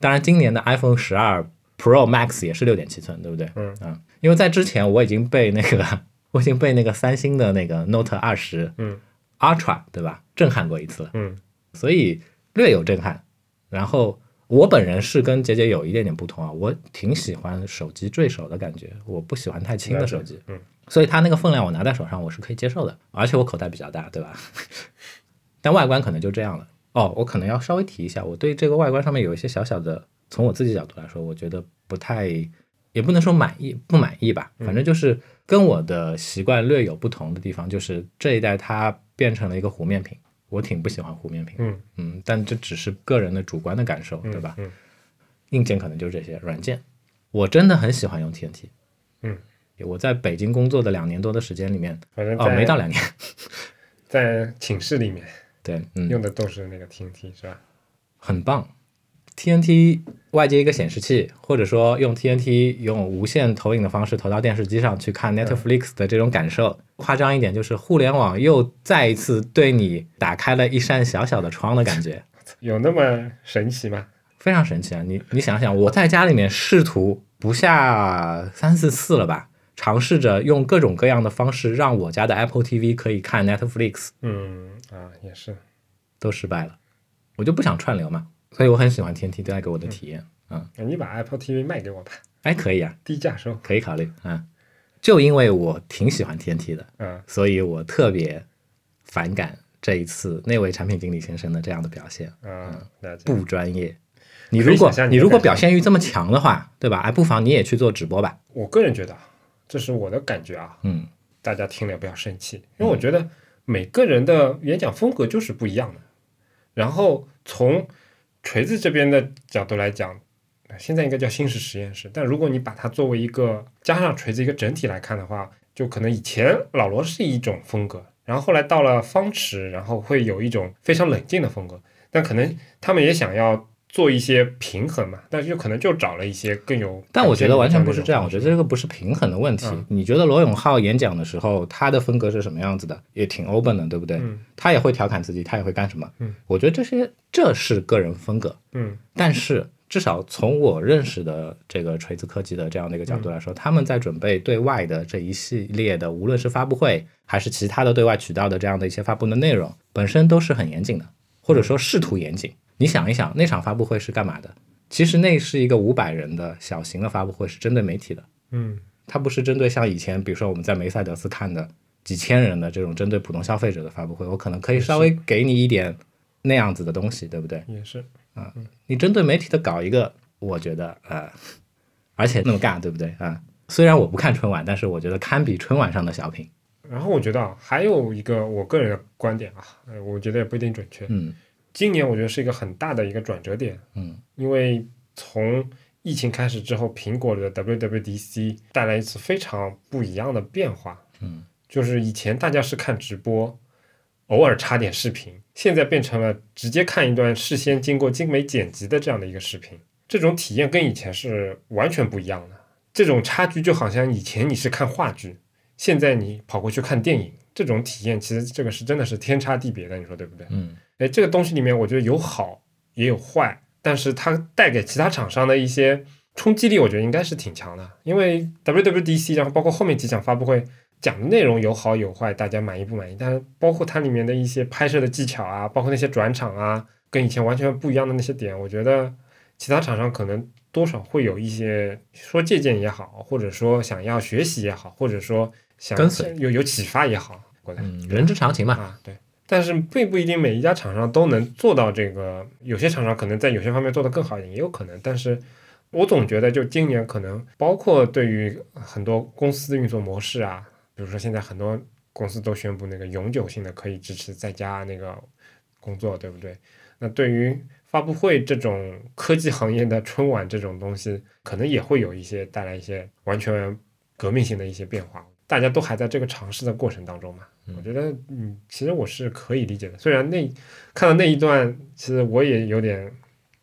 S2: 当然，今年的 iPhone 十二 Pro Max 也是六点七寸，对不对？
S1: 嗯
S2: 因为在之前我已经被那个我已经被那个三星的那个 Note 二十
S1: 嗯
S2: Ultra 对吧震撼过一次了。
S1: 嗯
S2: 所以略有震撼。然后我本人是跟杰杰有一点点不同啊，我挺喜欢手机坠手的感觉，我不喜欢太轻的手机，
S1: 嗯，
S2: 所以它那个分量我拿在手上我是可以接受的，而且我口袋比较大，对吧？ 但外观可能就这样了。哦，我可能要稍微提一下，我对这个外观上面有一些小小的，从我自己角度来说，我觉得不太，也不能说满意不满意吧，
S1: 嗯
S2: 反正就是跟我的习惯略有不同的地方，就是这一代它变成了一个弧面屏，我挺不喜欢弧面屏的。
S1: 嗯，
S2: 嗯，但这只是个人的主观的感受，对吧？
S1: 嗯
S2: 硬件可能就是这些，软件我真的很喜欢用 TNT，
S1: 嗯，
S2: 我在北京工作的两年多的时间里面，
S1: 反正
S2: 哦，
S1: 在
S2: 没到两年，
S1: 在寝室里面
S2: 对，嗯，
S1: 用的都是那个 TNT 是吧？
S2: 很棒。TNT 外接一个显示器，或者说用 TNT 用无线投影的方式投到电视机上去看 Netflix 的这种感受，夸张一点就是互联网又再一次对你打开了一扇小小的窗的感觉，
S1: 有那么神奇吗？
S2: 非常神奇啊！你你想想，我在家里面试图不下三四次了吧，尝试着用各种各样的方式让我家的 Apple TV 可以看 Netflix，
S1: 嗯啊，也是。
S2: 都失败了，我就不想串流嘛，所以我很喜欢 TNT 带给我的体验，嗯，
S1: 你把 Apple TV 卖给我吧，
S2: 哎，可以啊。
S1: 低价收。
S2: 可以考虑啊、嗯。就因为我挺喜欢 TNT 的，
S1: 嗯，
S2: 所以我特别反感这一次那位产品经理先生的这样的表现，
S1: 啊，了解。
S2: 嗯不专业。你如果
S1: 想象你
S2: 你
S1: 的
S2: 如果
S1: 感觉
S2: 表现欲这么强的话，对吧？哎，不妨你也去做直播吧。
S1: 我个人觉得，啊，这是我的感觉啊，
S2: 嗯，
S1: 大家听了不要生气，因为我觉得每个人的演讲风格就是不一样的。然后从锤子这边的角度来讲，呃现在应该叫新式实验室，但如果你把它作为一个加上锤子一个整体来看的话，就可能以前老罗是一种风格，然后后来到了方池，然后会有一种非常冷静的风格，但可能他们也想要。做一些平衡嘛，但是就可能就找了一些更有，
S2: 但我觉得完全不是这样，我觉
S1: 得。
S2: 得这个不是平衡的问题。
S1: 嗯
S2: 你觉得罗永浩演讲的时候，他的风格是什么样子的？也挺 open 的，对不对？
S1: 嗯
S2: 他也会调侃自己，他也会干什么？
S1: 嗯，
S2: 我觉得这些这是个人风格，
S1: 嗯
S2: 但是至少从我认识的这个锤子科技的这样的一个角度来说，他们在准备对外的这一系列的，无论是发布会还是其他的对外渠道的这样的一些发布的内容，本身都是很严谨的，或者说试图严谨。你想一想，那场发布会是干嘛的？其实那是一个五百人的小型的发布会，是针对媒体的。
S1: 嗯
S2: 它不是针对像以前，比如说我们在梅赛德斯看的几千人的这种针对普通消费者的发布会，我可能可以稍微给你一点那样子的东西，对不对？
S1: 也是，
S2: 你针对媒体的搞一个，我觉得呃，而且那么尬，对不对啊、虽然我不看春晚，但是我觉得堪比春晚上的小品。
S1: 然后我觉得啊，还有一个我个人的观点啊，呃我觉得也不一定准确。
S2: 嗯
S1: 今年我觉得是一个很大的一个转折点，
S2: 嗯，
S1: 因为从疫情开始之后，苹果的 WWDC 带来一次非常不一样的变化。
S2: 嗯，
S1: 就是以前大家是看直播，偶尔插点视频，现在变成了直接看一段事先经过精美剪辑的这样的一个视频，这种体验跟以前是完全不一样的。这种差距就好像以前你是看话剧，现在你跑过去看电影，这种体验其实这个是真的是天差地别的，你说对不对？
S2: 嗯
S1: 哎，这个东西里面我觉得有好也有坏，但是它带给其他厂商的一些冲击力，我觉得应该是挺强的。因为 WWDC，然后包括后面几场发布会讲的内容有好有坏，大家满意不满意？但是包括它里面的一些拍摄的技巧啊，包括那些转场啊，跟以前完全不一样的那些点，我觉得其他厂商可能多少会有一些说借鉴也好，或者说想要学习也好，或者说想
S2: 跟随
S1: 有有启发也好，过来。
S2: 嗯，人之常情嘛。
S1: 啊，对。但是并不一定每一家厂商都能做到这个，有些厂商可能在有些方面做得更好一点，也有可能。但是我总觉得，就今年可能包括对于很多公司的运作模式啊，比如说现在很多公司都宣布那个永久性的可以支持在家那个工作，对不对？那对于发布会这种科技行业的春晚这种东西，可能也会有一些带来一些完全革命性的一些变化。大家都还在这个尝试的过程当中嘛，我觉得，嗯，其实我是可以理解的。虽然那看到那一段，其实我也有点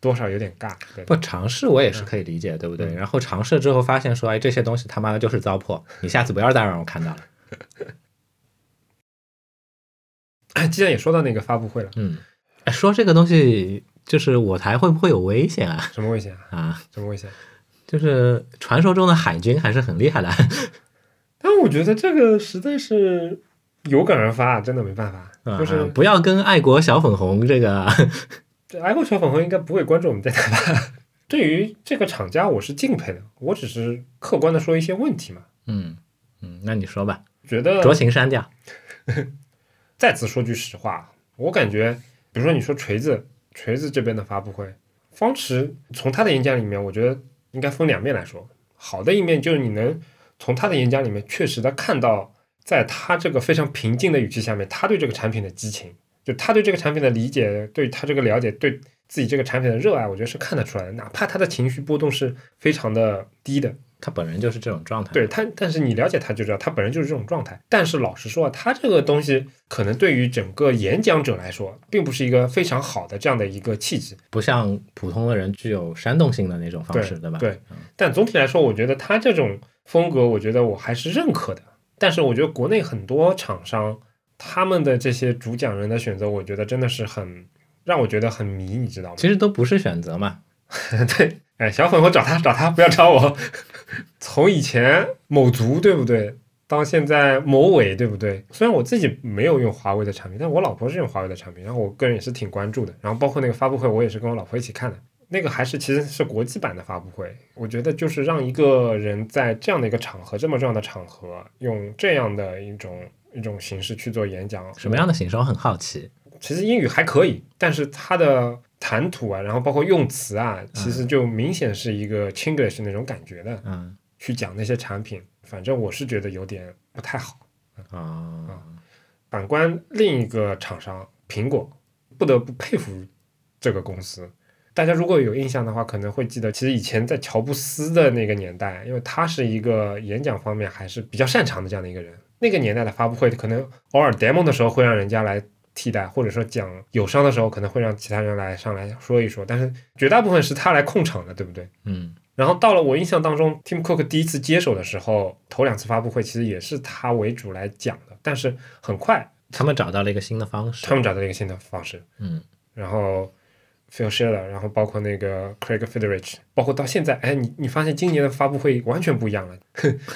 S1: 多少有点尬，对
S2: 不尝试我也是可以理解，对不对？然后尝试之后发现说，哎，这些东西他妈的就是糟粕，你下次不要再让我看到了。
S1: 哎，既然也说到那个发布会了，
S2: 嗯，哎说这个东西就是我台会不会有危险啊？
S1: 什么危险啊？
S2: 啊，
S1: 什么危险？
S2: 就是传说中的海军还是很厉害的。
S1: 但我觉得这个实在是有感而发，啊真的没办法。 就
S2: 啊
S1: 是
S2: 不要跟爱国小粉红 这个，
S1: 这爱国小粉红应该不会关注我们在哪吧？对于这个厂家，我是敬佩的，我只是客观的说一些问题嘛。
S2: 嗯嗯，那你说吧，
S1: 觉得
S2: 酌情删掉。
S1: 再次说句实话，我感觉，比如说你说锤子，锤子这边的发布会，方池从他的演讲里面，我觉得应该分两面来说。好的一面就是你能从他的演讲里面确实的看到，在他这个非常平静的语气下面，他对这个产品的激情，就他对这个产品的理解，对他这个了解，对自己这个产品的热爱，我觉得是看得出来的。哪怕他的情绪波动是非常的低的，
S2: 他本人就是这种状态。
S1: 对他，但是你了解他就知道，他本人就是这种状态。但是老实说，啊他这个东西可能对于整个演讲者来说，并不是一个非常好的这样的一个气质。
S2: 不像普通的人具有煽动性的那种方式，对吧？嗯
S1: 对。但总体来说，我觉得他这种风格，我觉得我还是认可的。但是我觉得国内很多厂商他们的这些主讲人的选择，我觉得真的是很让我觉得很迷，你知道吗？
S2: 其实都不是选择嘛。
S1: 对，哎，小粉红找他找他，不要找我。 从以前某族对不对，到现在某伟对不对？虽然我自己没有用华为的产品，但我老婆是用华为的产品，然后我个人也是挺关注的。然后包括那个发布会，我也是跟我老婆一起看的。那个还是其实是国际版的发布会，我觉得就是让一个人在这样的一个场合，这么重要的场合，用这样的一种一种形式去做演讲，
S2: 什么样的形式我很好奇。
S1: 其实英语还可以，但是他的。谈吐啊，然后包括用词啊，其实就明显是一个 Chinglish 那种感觉的，
S2: 嗯，
S1: 去讲那些产品，反正我是觉得有点不太好。
S2: 啊、
S1: 嗯反观另一个厂商苹果，不得不佩服这个公司。大家如果有印象的话，可能会记得，其实以前在乔布斯的那个年代，因为他是一个演讲方面还是比较擅长的这样的一个人。那个年代的发布会，可能偶尔 demo 的时候会让人家来替代，或者说讲友商的时候，可能会让其他人来上来说一说，但是绝大部分是他来控场的，对不对？
S2: 嗯，
S1: 然后到了我印象当中，Tim Cook 第一次接手的时候，头两次发布会其实也是他为主来讲的，但是很快
S2: 他们找到了一个新的方式。
S1: 他们找到了一个新的方式，
S2: 嗯，
S1: 然后 Phil Schiller，然后包括那个 Craig Federich，包括到现在，哎，你你发现今年的发布会完全不一样了，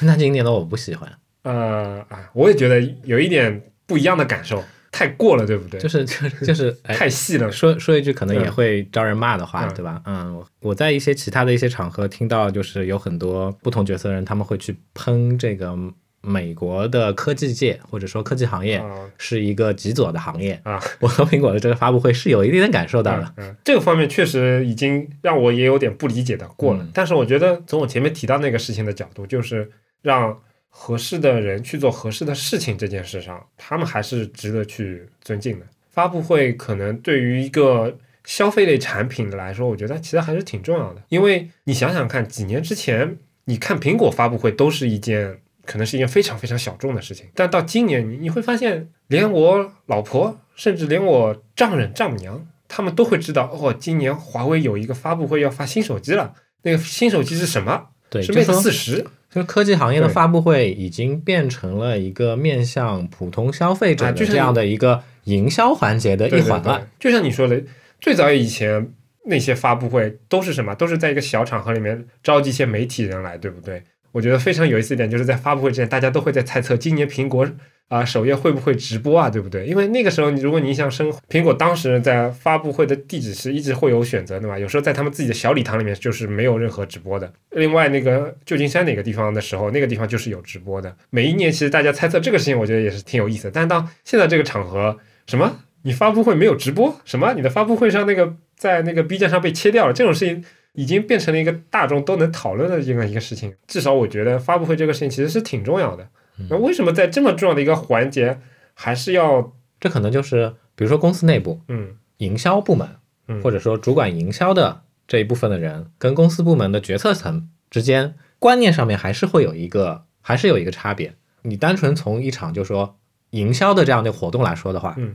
S2: 那今年的我不喜欢，
S1: 呃啊，我也觉得有一点不一样的感受，太过了，对不对？
S2: 就是就是就是，哎，
S1: 太细了，
S2: 说说一句可能也
S1: 嗯
S2: 会招人骂的话，
S1: 嗯
S2: 对吧？嗯，我我在一些其他的一些场合听到，就是有很多不同角色的人，他们会去喷这个美国的科技界或者说科技行业
S1: 啊
S2: 是一个极左的行业。
S1: 啊，
S2: 我和苹果的这个发布会是有一定的感受到的，
S1: 嗯，嗯这个方面确实已经让我也有点不理解的过了。
S2: 嗯
S1: 但是我觉得从我前面提到那个事情的角度，就是让合适的人去做合适的事情这件事上，他们还是值得去尊敬的。发布会可能对于一个消费类产品来说，我觉得其实还是挺重要的，因为你想想看，几年之前你看苹果发布会都是一件可能是一件非常非常小众的事情，但到今年你你会发现，连我老婆，甚至连我丈人丈母娘，他们都会知道哦，今年华为有一个发布会要发新手机了。那个新手机是什么？
S2: 对，
S1: 是
S2: 就
S1: Mate
S2: 说
S1: 四十。
S2: 就科技行业的
S1: 对
S2: 发布会已经变成了一个面向普通消费者
S1: 啊
S2: 的
S1: 就像
S2: 这样的一个营销环节的
S1: 对
S2: 一
S1: 对
S2: 环
S1: 对
S2: 了。，
S1: 就像你说的，最早以前那些发布会都是什么？都是在一个小场合里面召集一些媒体人来，对不对？我觉得非常有意思一点，就是在发布会之前，大家都会在猜测今年苹果啊、首页会不会直播啊，对不对？因为那个时候，你如果你印象深，苹果当时在发布会的地址是一直会有选择的嘛，有时候在他们自己的小礼堂里面就是没有任何直播的。另外，那个旧金山哪个地方的时候，那个地方就是有直播的。每一年其实大家猜测这个事情，我觉得也是挺有意思的。但是到现在这个场合，什么你发布会没有直播？什么你的发布会上那个在那个 B 站上被切掉了？这种事情已经变成了一个大众都能讨论的这样一个事情。至少我觉得发布会这个事情其实是挺重要的。那为什么在这么重要的一个环节，还是要
S2: 这可能就是，比如说公司内部
S1: 嗯
S2: 营销部门，
S1: 嗯
S2: 或者说主管营销的这一部分的人，跟公司部门的决策层之间观念上面还是会有一个，还是有一个差别。你单纯从一场就说营销的这样的活动来说的话，
S1: 嗯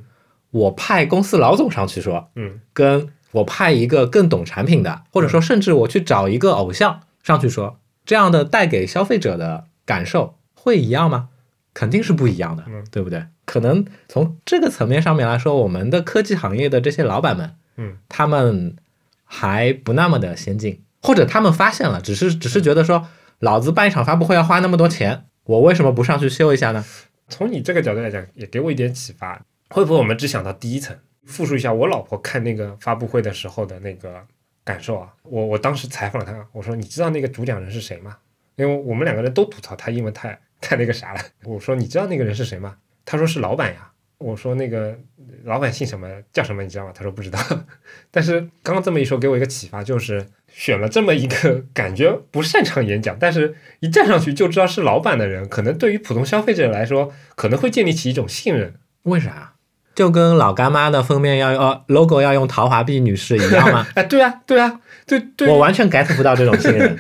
S2: 我派公司老总上去说，
S1: 嗯
S2: 跟我派一个更懂产品的，或者说甚至我去找一个偶像上去说，这样的带给消费者的感受会一样吗？肯定是不一样的
S1: 嗯，
S2: 对不对？可能从这个层面上面来说，我们的科技行业的这些老板们，
S1: 嗯
S2: 他们还不那么的先进，或者他们发现了，只是只是觉得说，老子办一场发布会要花那么多钱，我为什么不上去修一下呢？
S1: 从你这个角度来讲，也给我一点启发。会不会我们只想到第一层？复述一下我老婆看那个发布会的时候的那个感受啊。我我当时采访她，我说你知道那个主讲人是谁吗？因为我们两个人都吐槽他英文太太那个啥了。我说你知道那个人是谁吗？他说是老板呀。我说那个老板姓什么叫什么你知道吗？他说不知道。 但是刚刚这么一说，给我一个启发，就是选了这么一个感觉不擅长演讲，但是一站上去就知道是老板的人，可能对于普通消费者来说，可能会建立起一种信任。
S2: 为啥？就跟老干妈的封面要用、呃、logo 要用 陶华碧女士一样吗？
S1: 哎，对啊，对啊，对对。
S2: 我完全 get 不到这种新人，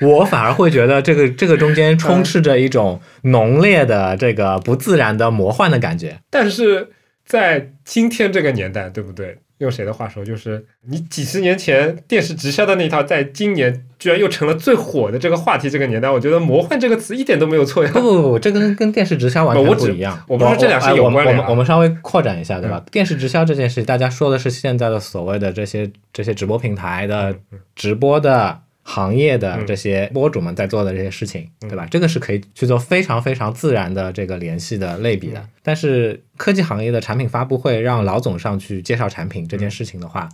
S2: 我反而会觉得这个这个中间充斥着一种浓烈的这个不自然的魔幻的感觉。
S1: 但是在今天这个年代，对不对？用谁的话说，就是你几十年前电视直销的那一套，在今年居然又成了最火的这个话题。这个年代，我觉得“魔幻”这个词一点都没有错呀。
S2: 不不不，这跟跟电视直销完全不一样。
S1: 我啊不是这俩是有关
S2: 联、啊。我们我们稍微扩展一下，对吧？嗯、电视直销这件事，大家说的是现在的所谓的这些这些直播平台的
S1: 嗯
S2: 直播的行业的这些博主们在做的这些事情，嗯、对吧？这个是可以去做非常非常自然的这个联系的类比的。嗯、但是科技行业的产品发布会让老总上去介绍产品
S1: 嗯
S2: 这件事情的话。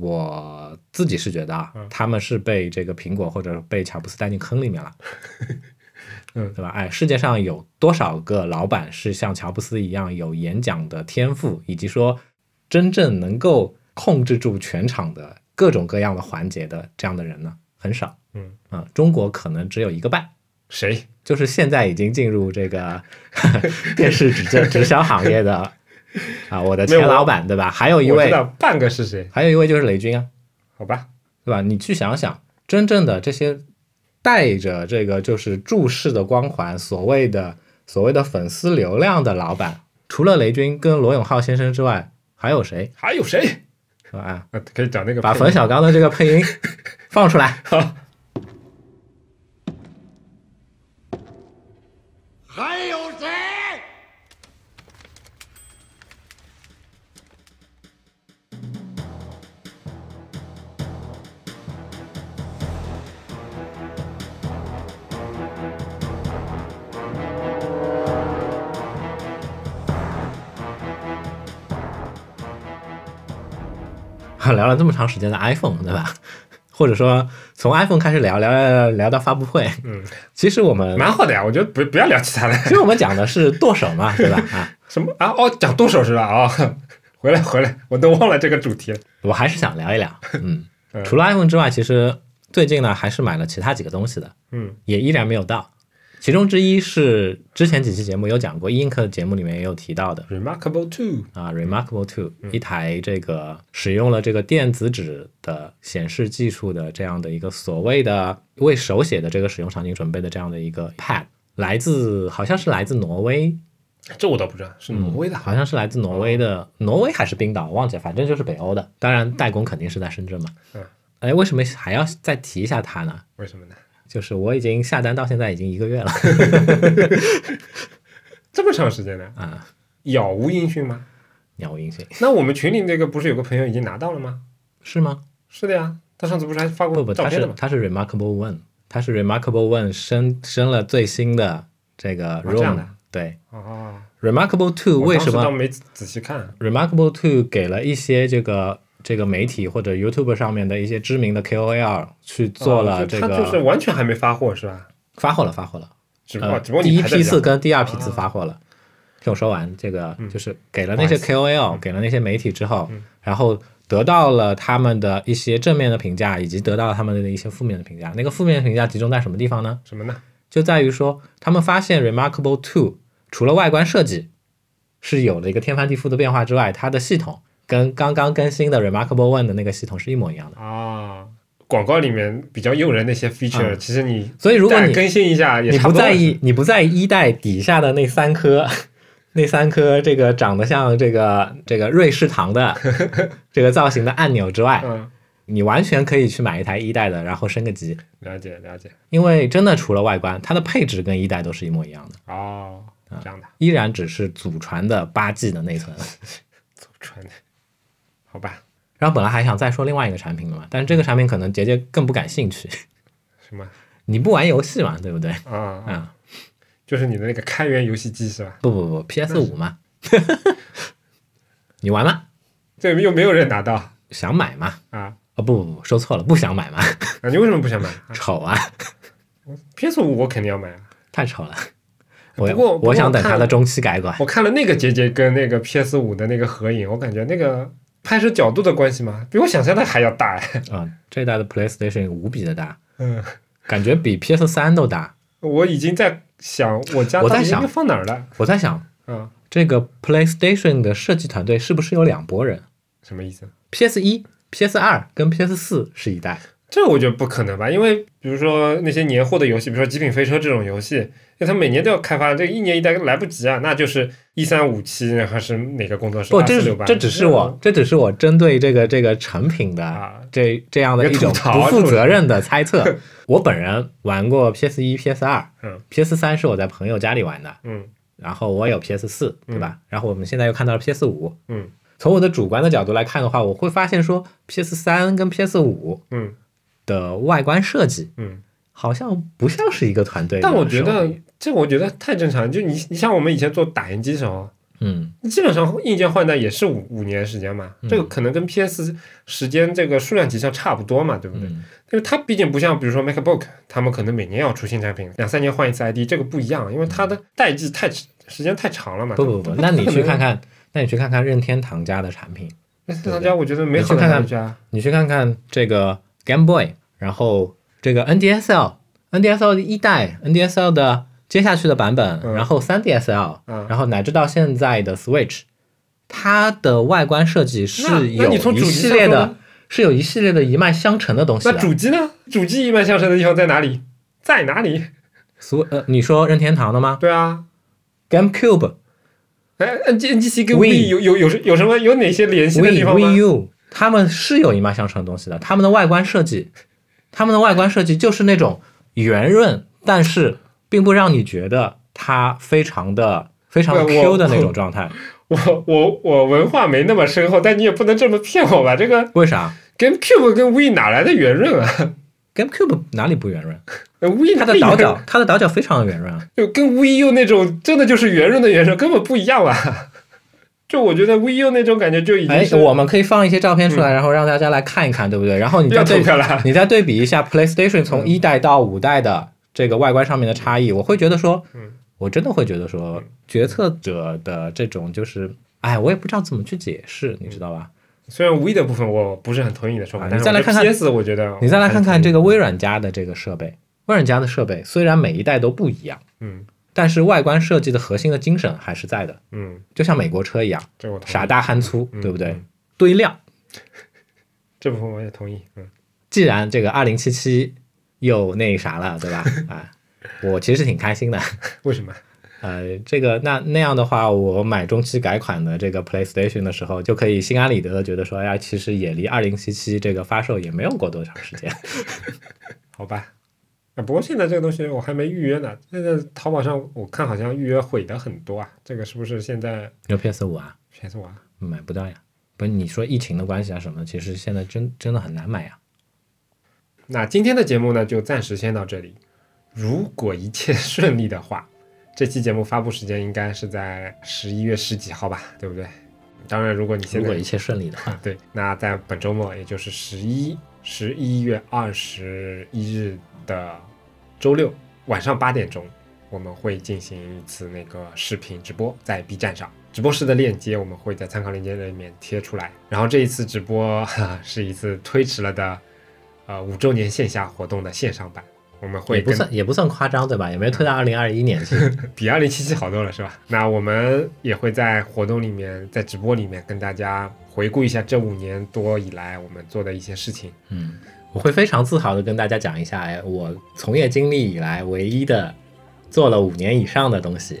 S2: 我自己是觉得
S1: 嗯
S2: 啊，他们是被这个苹果或者被乔布斯带进坑里面了，
S1: 嗯，
S2: 对吧？哎，世界上有多少个老板是像乔布斯一样有演讲的天赋，以及说真正能够控制住全场的各种各样的环节的这样的人呢？很少，
S1: 嗯
S2: 啊，中国可能只有一个半。
S1: 谁？
S2: 就是现在已经进入这个电视直直销行业的。啊，我的前老板对吧？还有一位，
S1: 半个是谁？
S2: 还有一位就是雷军啊，
S1: 好吧，
S2: 对吧？你去想想，真正的这些带着这个就是注视的光环，所谓的所谓的粉丝流量的老板，除了雷军跟罗永浩先生之外，还有谁？
S1: 还有谁？
S2: 是吧？
S1: 啊，可以找那个
S2: 把冯小刚的这个配音放出来。
S1: 好，
S3: 还有谁？
S2: 啊聊了这么长时间的 iPhone，对吧？或者说从 iPhone 开始聊，聊聊聊到发布会。
S1: 嗯，
S2: 其实我们
S1: 蛮好的呀，我觉得不不要聊其他的。
S2: 其实我们讲的是剁手嘛，对吧？啊，
S1: 什么啊？哦，讲剁手是吧？啊、 哦，回来回来，我都忘了这个主题了。
S2: 我还是想聊 一聊。嗯，除了 iPhone 之外，其实最近呢还是买了其他几个东西的。
S1: 嗯，
S2: 也依然没有到。其中之一是之前几期节目有讲过，Ink 的节目里面也有提到的
S1: Remarkable Two
S2: 啊，Remarkable Two、
S1: 嗯、
S2: 一台这个使用了这个电子纸的显示技术的这样的一个所谓的为手写的这个使用场景准备的这样的一个 Pad，来自好像是来自挪威，
S1: 这我倒不知道是挪威的、
S2: 嗯，好像是来自挪威
S1: 哦
S2: 的，挪威还是冰岛忘记，反正就是北欧的。当然代工肯定是在深圳嘛。
S1: 嗯，
S2: 哎，为什么还要再提一下它呢？
S1: 为什么呢？
S2: 就是我已经下单到现在已经一个月了
S1: 这么长时间了
S2: 啊！
S1: 杳无音讯吗？
S2: 杳无音讯。
S1: 那我们群里那个不是有个朋友已经拿到了吗？
S2: 是吗？
S1: 是的呀，他上次不是还发过
S2: 不不，
S1: 他
S2: 是他是 Remarkable One，他是 Remarkable One 升升了最新的这个 Room，、
S1: 啊、
S2: 对
S1: 哦
S2: ，Remarkable Two 为什么
S1: 倒没仔细看
S2: ？Remarkable Two 给了一些这个。这个媒体或者 YouTube 上面的一些知名的 KOL 去做了这个，
S1: 他哦啊就是完全还没发货是吧？
S2: 发货了，发货了，
S1: 只不过哦只不过
S2: 呃第一批次跟第二批
S1: 哦
S2: 次发货了。听我说完，这个
S1: 嗯
S2: 就是给了那些 KOL，给了那些媒体之后，然后得到了他们的一些正面的评价，以及得到了他们的一些负面的评价。那个负面的评价集中在什么地方呢？
S1: 什么呢？
S2: 就在于说，他们发现 Remarkable Two 除了外观设计是有了一个天翻地覆的变化之外，它的系统。跟刚刚更新的 Remarkable One 的那个系统是一模一样的
S1: 啊！广告里面比较诱人那些 feature，、
S2: 嗯、
S1: 其实你
S2: 所以如果你
S1: 更新一下也
S2: 你不在意，你不在意一代底下的那三颗，那三颗这个长得像这个这个瑞士 糖的这个造型的按钮之外，
S1: 嗯，
S2: 你完全可以去买一台一代的，然后升个级。
S1: 了解了解，
S2: 因为真的除了外观，它的配置跟一代都是一模一样的
S1: 哦，这样的、
S2: 嗯、依然只是祖传的八 G 的内存，
S1: 祖传的。好吧，
S2: 然后本来还想再说另外一个产品的嘛，但是这个产品可能杰杰更不感兴趣。
S1: 什么？
S2: 你不玩游戏嘛，对不对？啊
S1: 啊、
S2: 嗯，
S1: 就是你的那个开源游戏机是吧？
S2: 不不不，PS 五嘛。 你玩吗？
S1: 这又没有人拿到，
S2: 想买嘛？
S1: 啊
S2: 哦不不不，说错了，不想买嘛。
S1: 啊，你为什么不想买？啊
S2: 丑啊
S1: ！PS 五我肯定要买啊，
S2: 太丑了。
S1: 不过
S2: 我想等它的中期改款。
S1: 我看了那个杰杰跟那个 PS 五的那个合影，我感觉那个。拍摄角度的关系吗？比我想象的还要大哎！
S2: 啊、嗯，这一代的 PlayStation 无比的大，
S1: 嗯，
S2: 感觉比 PS 三都大。
S1: 我已经在想，我家
S2: 我在想
S1: 放哪儿了？
S2: 我在想，
S1: 嗯，
S2: 这个 PlayStation 的设计团队是不是有两拨人
S1: 什么意思？
S2: ？PS 一、PS 二跟 PS 四是一代，
S1: 这我觉得不可能吧，因为比如说那些年货的游戏，比如说《极品飞车》这种游戏，那他每年都要开发，这一年一代来不及啊，那就是一三五七，然后是哪个工作室？
S2: 不，
S1: 这
S2: 这是这只是我这只是我针对这个这个产品的、
S1: 嗯啊
S2: 这这样的一
S1: 你
S2: 种
S1: 吐槽
S2: 不负责任的猜测。 我本人玩过 PS 一、PS 二，
S1: 嗯
S2: ，PS 三是我在朋友家里玩的，
S1: 嗯
S2: 然后我有 PS 四，对吧？然后我们现在又看到了 PS 五。
S1: 嗯
S2: 从我的主观的角度来看的话，我会发现说 PS 三跟 PS 五
S1: 嗯
S2: 的外观设计
S1: 嗯，
S2: 好像不像是一个团队的
S1: 但
S2: 手
S1: 我
S2: 艺。
S1: 觉得这我觉得太正常，就你你像我们以前做打印机的时候，
S2: 嗯，
S1: 基本上硬件换代也是五五年时间嘛，这个可能跟 PS 时间这个数量级上差不多嘛，对不对？
S2: 嗯
S1: 因为它毕竟不像比如说 MacBook，他们可能每年要出新产品，两三年换一次 ID，这个不一样，因为它的代际太时间太长了嘛。
S2: 不不不，那你去 看看，那你去看看任天堂家的产品，
S1: 那大家我觉得没
S2: 你去
S1: 好到
S2: 看
S1: 哪
S2: 看
S1: 里去啊。
S2: 你去看看这个 Game Boy，然后这个 NDSL、NDSL 的一代、NDSL 的接下去的版本，
S1: 嗯
S2: 然后 3DSL，、
S1: 嗯
S2: 然后乃至到现在的 Switch，它的外观设计
S1: 那
S2: 是
S1: 那
S2: 有
S1: 你从
S2: 一
S1: 主机
S2: 系
S1: 上
S2: 列
S1: 说
S2: 的
S1: 呢，
S2: 是有一系列的一脉相承的东西
S1: 那
S2: 的。
S1: 主机呢？主机一脉相承的地方在哪里？在哪里？
S2: Sw 呃，你说任天堂的吗
S1: 对啊，
S2: ？GameCube、
S1: 哎，N G N G C 跟
S2: Wii
S1: V 有有有有什么有哪些联系的地
S2: Wii、
S1: 方吗
S2: Wii？U，它们是有一脉相承的东西的。它们的外观设计，它们的外观设计就是那种圆润，但是并不让你觉得它非常的非常的
S1: 对我
S2: Q 的那种状态。
S1: 我我我文化没那么深厚，但你也不能这么骗我吧？这个
S2: 为啥
S1: GameCube 跟 V 哪来的圆润啊呃
S2: ？GameCube 哪里不圆润？
S1: ？V
S2: 它的倒 角，它的倒角非常的圆润啊。
S1: 就跟 VU 那种真的就是圆润的圆润根本不一样啊！就我觉得 VU 那种感觉就已经
S2: 哎，
S1: 是
S2: 我们可以放一些照片出来，然后让大家来看一看，对不对？然后你
S1: 不
S2: 再
S1: 要投
S2: 嗯对，
S1: 票 了。
S2: 你再对比一下 PlayStation
S1: 嗯
S2: 从一代到五代的这个外观上面的差异，我会觉得说
S1: 嗯，
S2: 我真的会觉得说，决策者的这种就是，哎，我也不知道怎么去解
S1: 嗯
S2: 释，你知道吧？
S1: 虽然 V 的部分我不是很同意你的说法，
S2: 啊
S1: 但是
S2: 你再来
S1: 我觉得
S2: 看看
S1: PS，我觉得
S2: 你再来看看这
S1: 个，
S2: 个微软家的这个设备，微软家的设备虽然每一代都不一样，
S1: 嗯
S2: 但是外观设计的核心的精神还是在的，
S1: 嗯，
S2: 就像美国车一样，
S1: 这我同意
S2: 傻大憨粗，
S1: 嗯
S2: 对不对
S1: 嗯？
S2: 堆料。
S1: 这部分我也同意，嗯
S2: 既然这个二零七七又那啥了，对吧？ 啊，我其实挺开心的。
S1: 为什么？
S2: 呃，这个那那样的话，我买中期改款的这个 PlayStation 的时候，就可以心安理得的觉得说，哎呀，其实也离二零七七这个发售也没有过多长时间。
S1: 好吧，啊，不过现在这个东西我还没预约呢，现在淘宝上我看好像预约毁的很多啊，这个是不是现在
S2: 有 PS 五啊，
S1: PS 五啊？
S2: 买不到呀。不是你说疫情的关系啊什么的，其实现在真真的很难买呀。啊
S1: 那今天的节目呢，就暂时先到这里。如果一切顺利的话， 这期节目发布时间应该是在十一月十几号吧，对不对？当然，如果你现
S2: 如
S1: 在
S2: 果一切顺利的话，
S1: 对，那在本周末，也就是十一十一月二十一日的周六晚上八点钟，我们会进行一次那个视频直播，在 B 站上。直播室的链接我们会在参考链接里面贴出来。然后这一次直播哈哈是一次推迟了的，呃，五周年线下活动的线上版，我们
S2: 也
S1: 会
S2: 不
S1: 跟
S2: 算也不算夸张，对吧？也没推到二零二一年 去。
S1: 比二零七七好多了，是吧？那我们也会在活动里面，在直播里面跟大家回顾一下这五年多以来我们做的一些事情。
S2: 嗯，我会非常自豪的跟大家讲一下，哎，我从业经历以来唯一的做了五年以上的东西。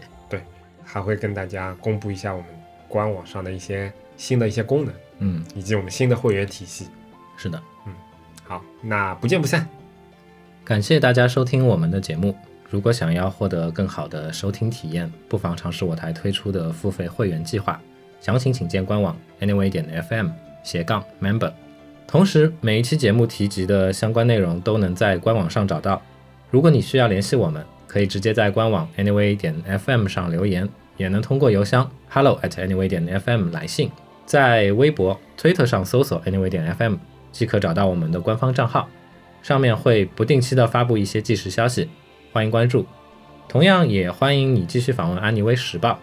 S1: 还会跟大家公布一下我们官网上的一些新的一些功能，
S2: 嗯，
S1: 以及我们新的会员体系。
S2: 是的，
S1: 好，那不见不散。
S2: 感谢大家收听我们的节目。如果想要获得更好的收听体验，不妨尝试我台推出的付费会员计划，详情请见官网 anyway 点 fm 斜杠 member。同时，每一期节目提及的相关内容都能在官网上找到。如果你需要联系我们，可以直接在官网 anyway 点 fm 上留言，也能通过邮箱 hello at anyway 点 fm 来信，在微博、推特上搜索 anyway 点 fm 即可找到我们的官方账号。上面会不定期的发布一些即时消息，欢迎关注。同样也欢迎你继续访问安妮微时报，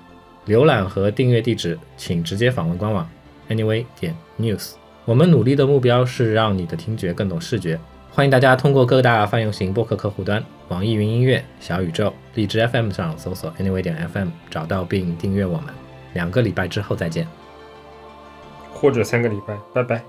S2: 浏览和订阅地址请直接访问官网 anyway 点 news。我们努力的目标是让你的听觉更懂视觉，欢迎大家通过各大泛用型播客客户端、网易云音乐、小宇宙、荔枝 FM 上搜索 Anyway 点 FM 找到并订阅我们。两个礼拜之后再见。
S1: 或者三个礼拜，拜拜。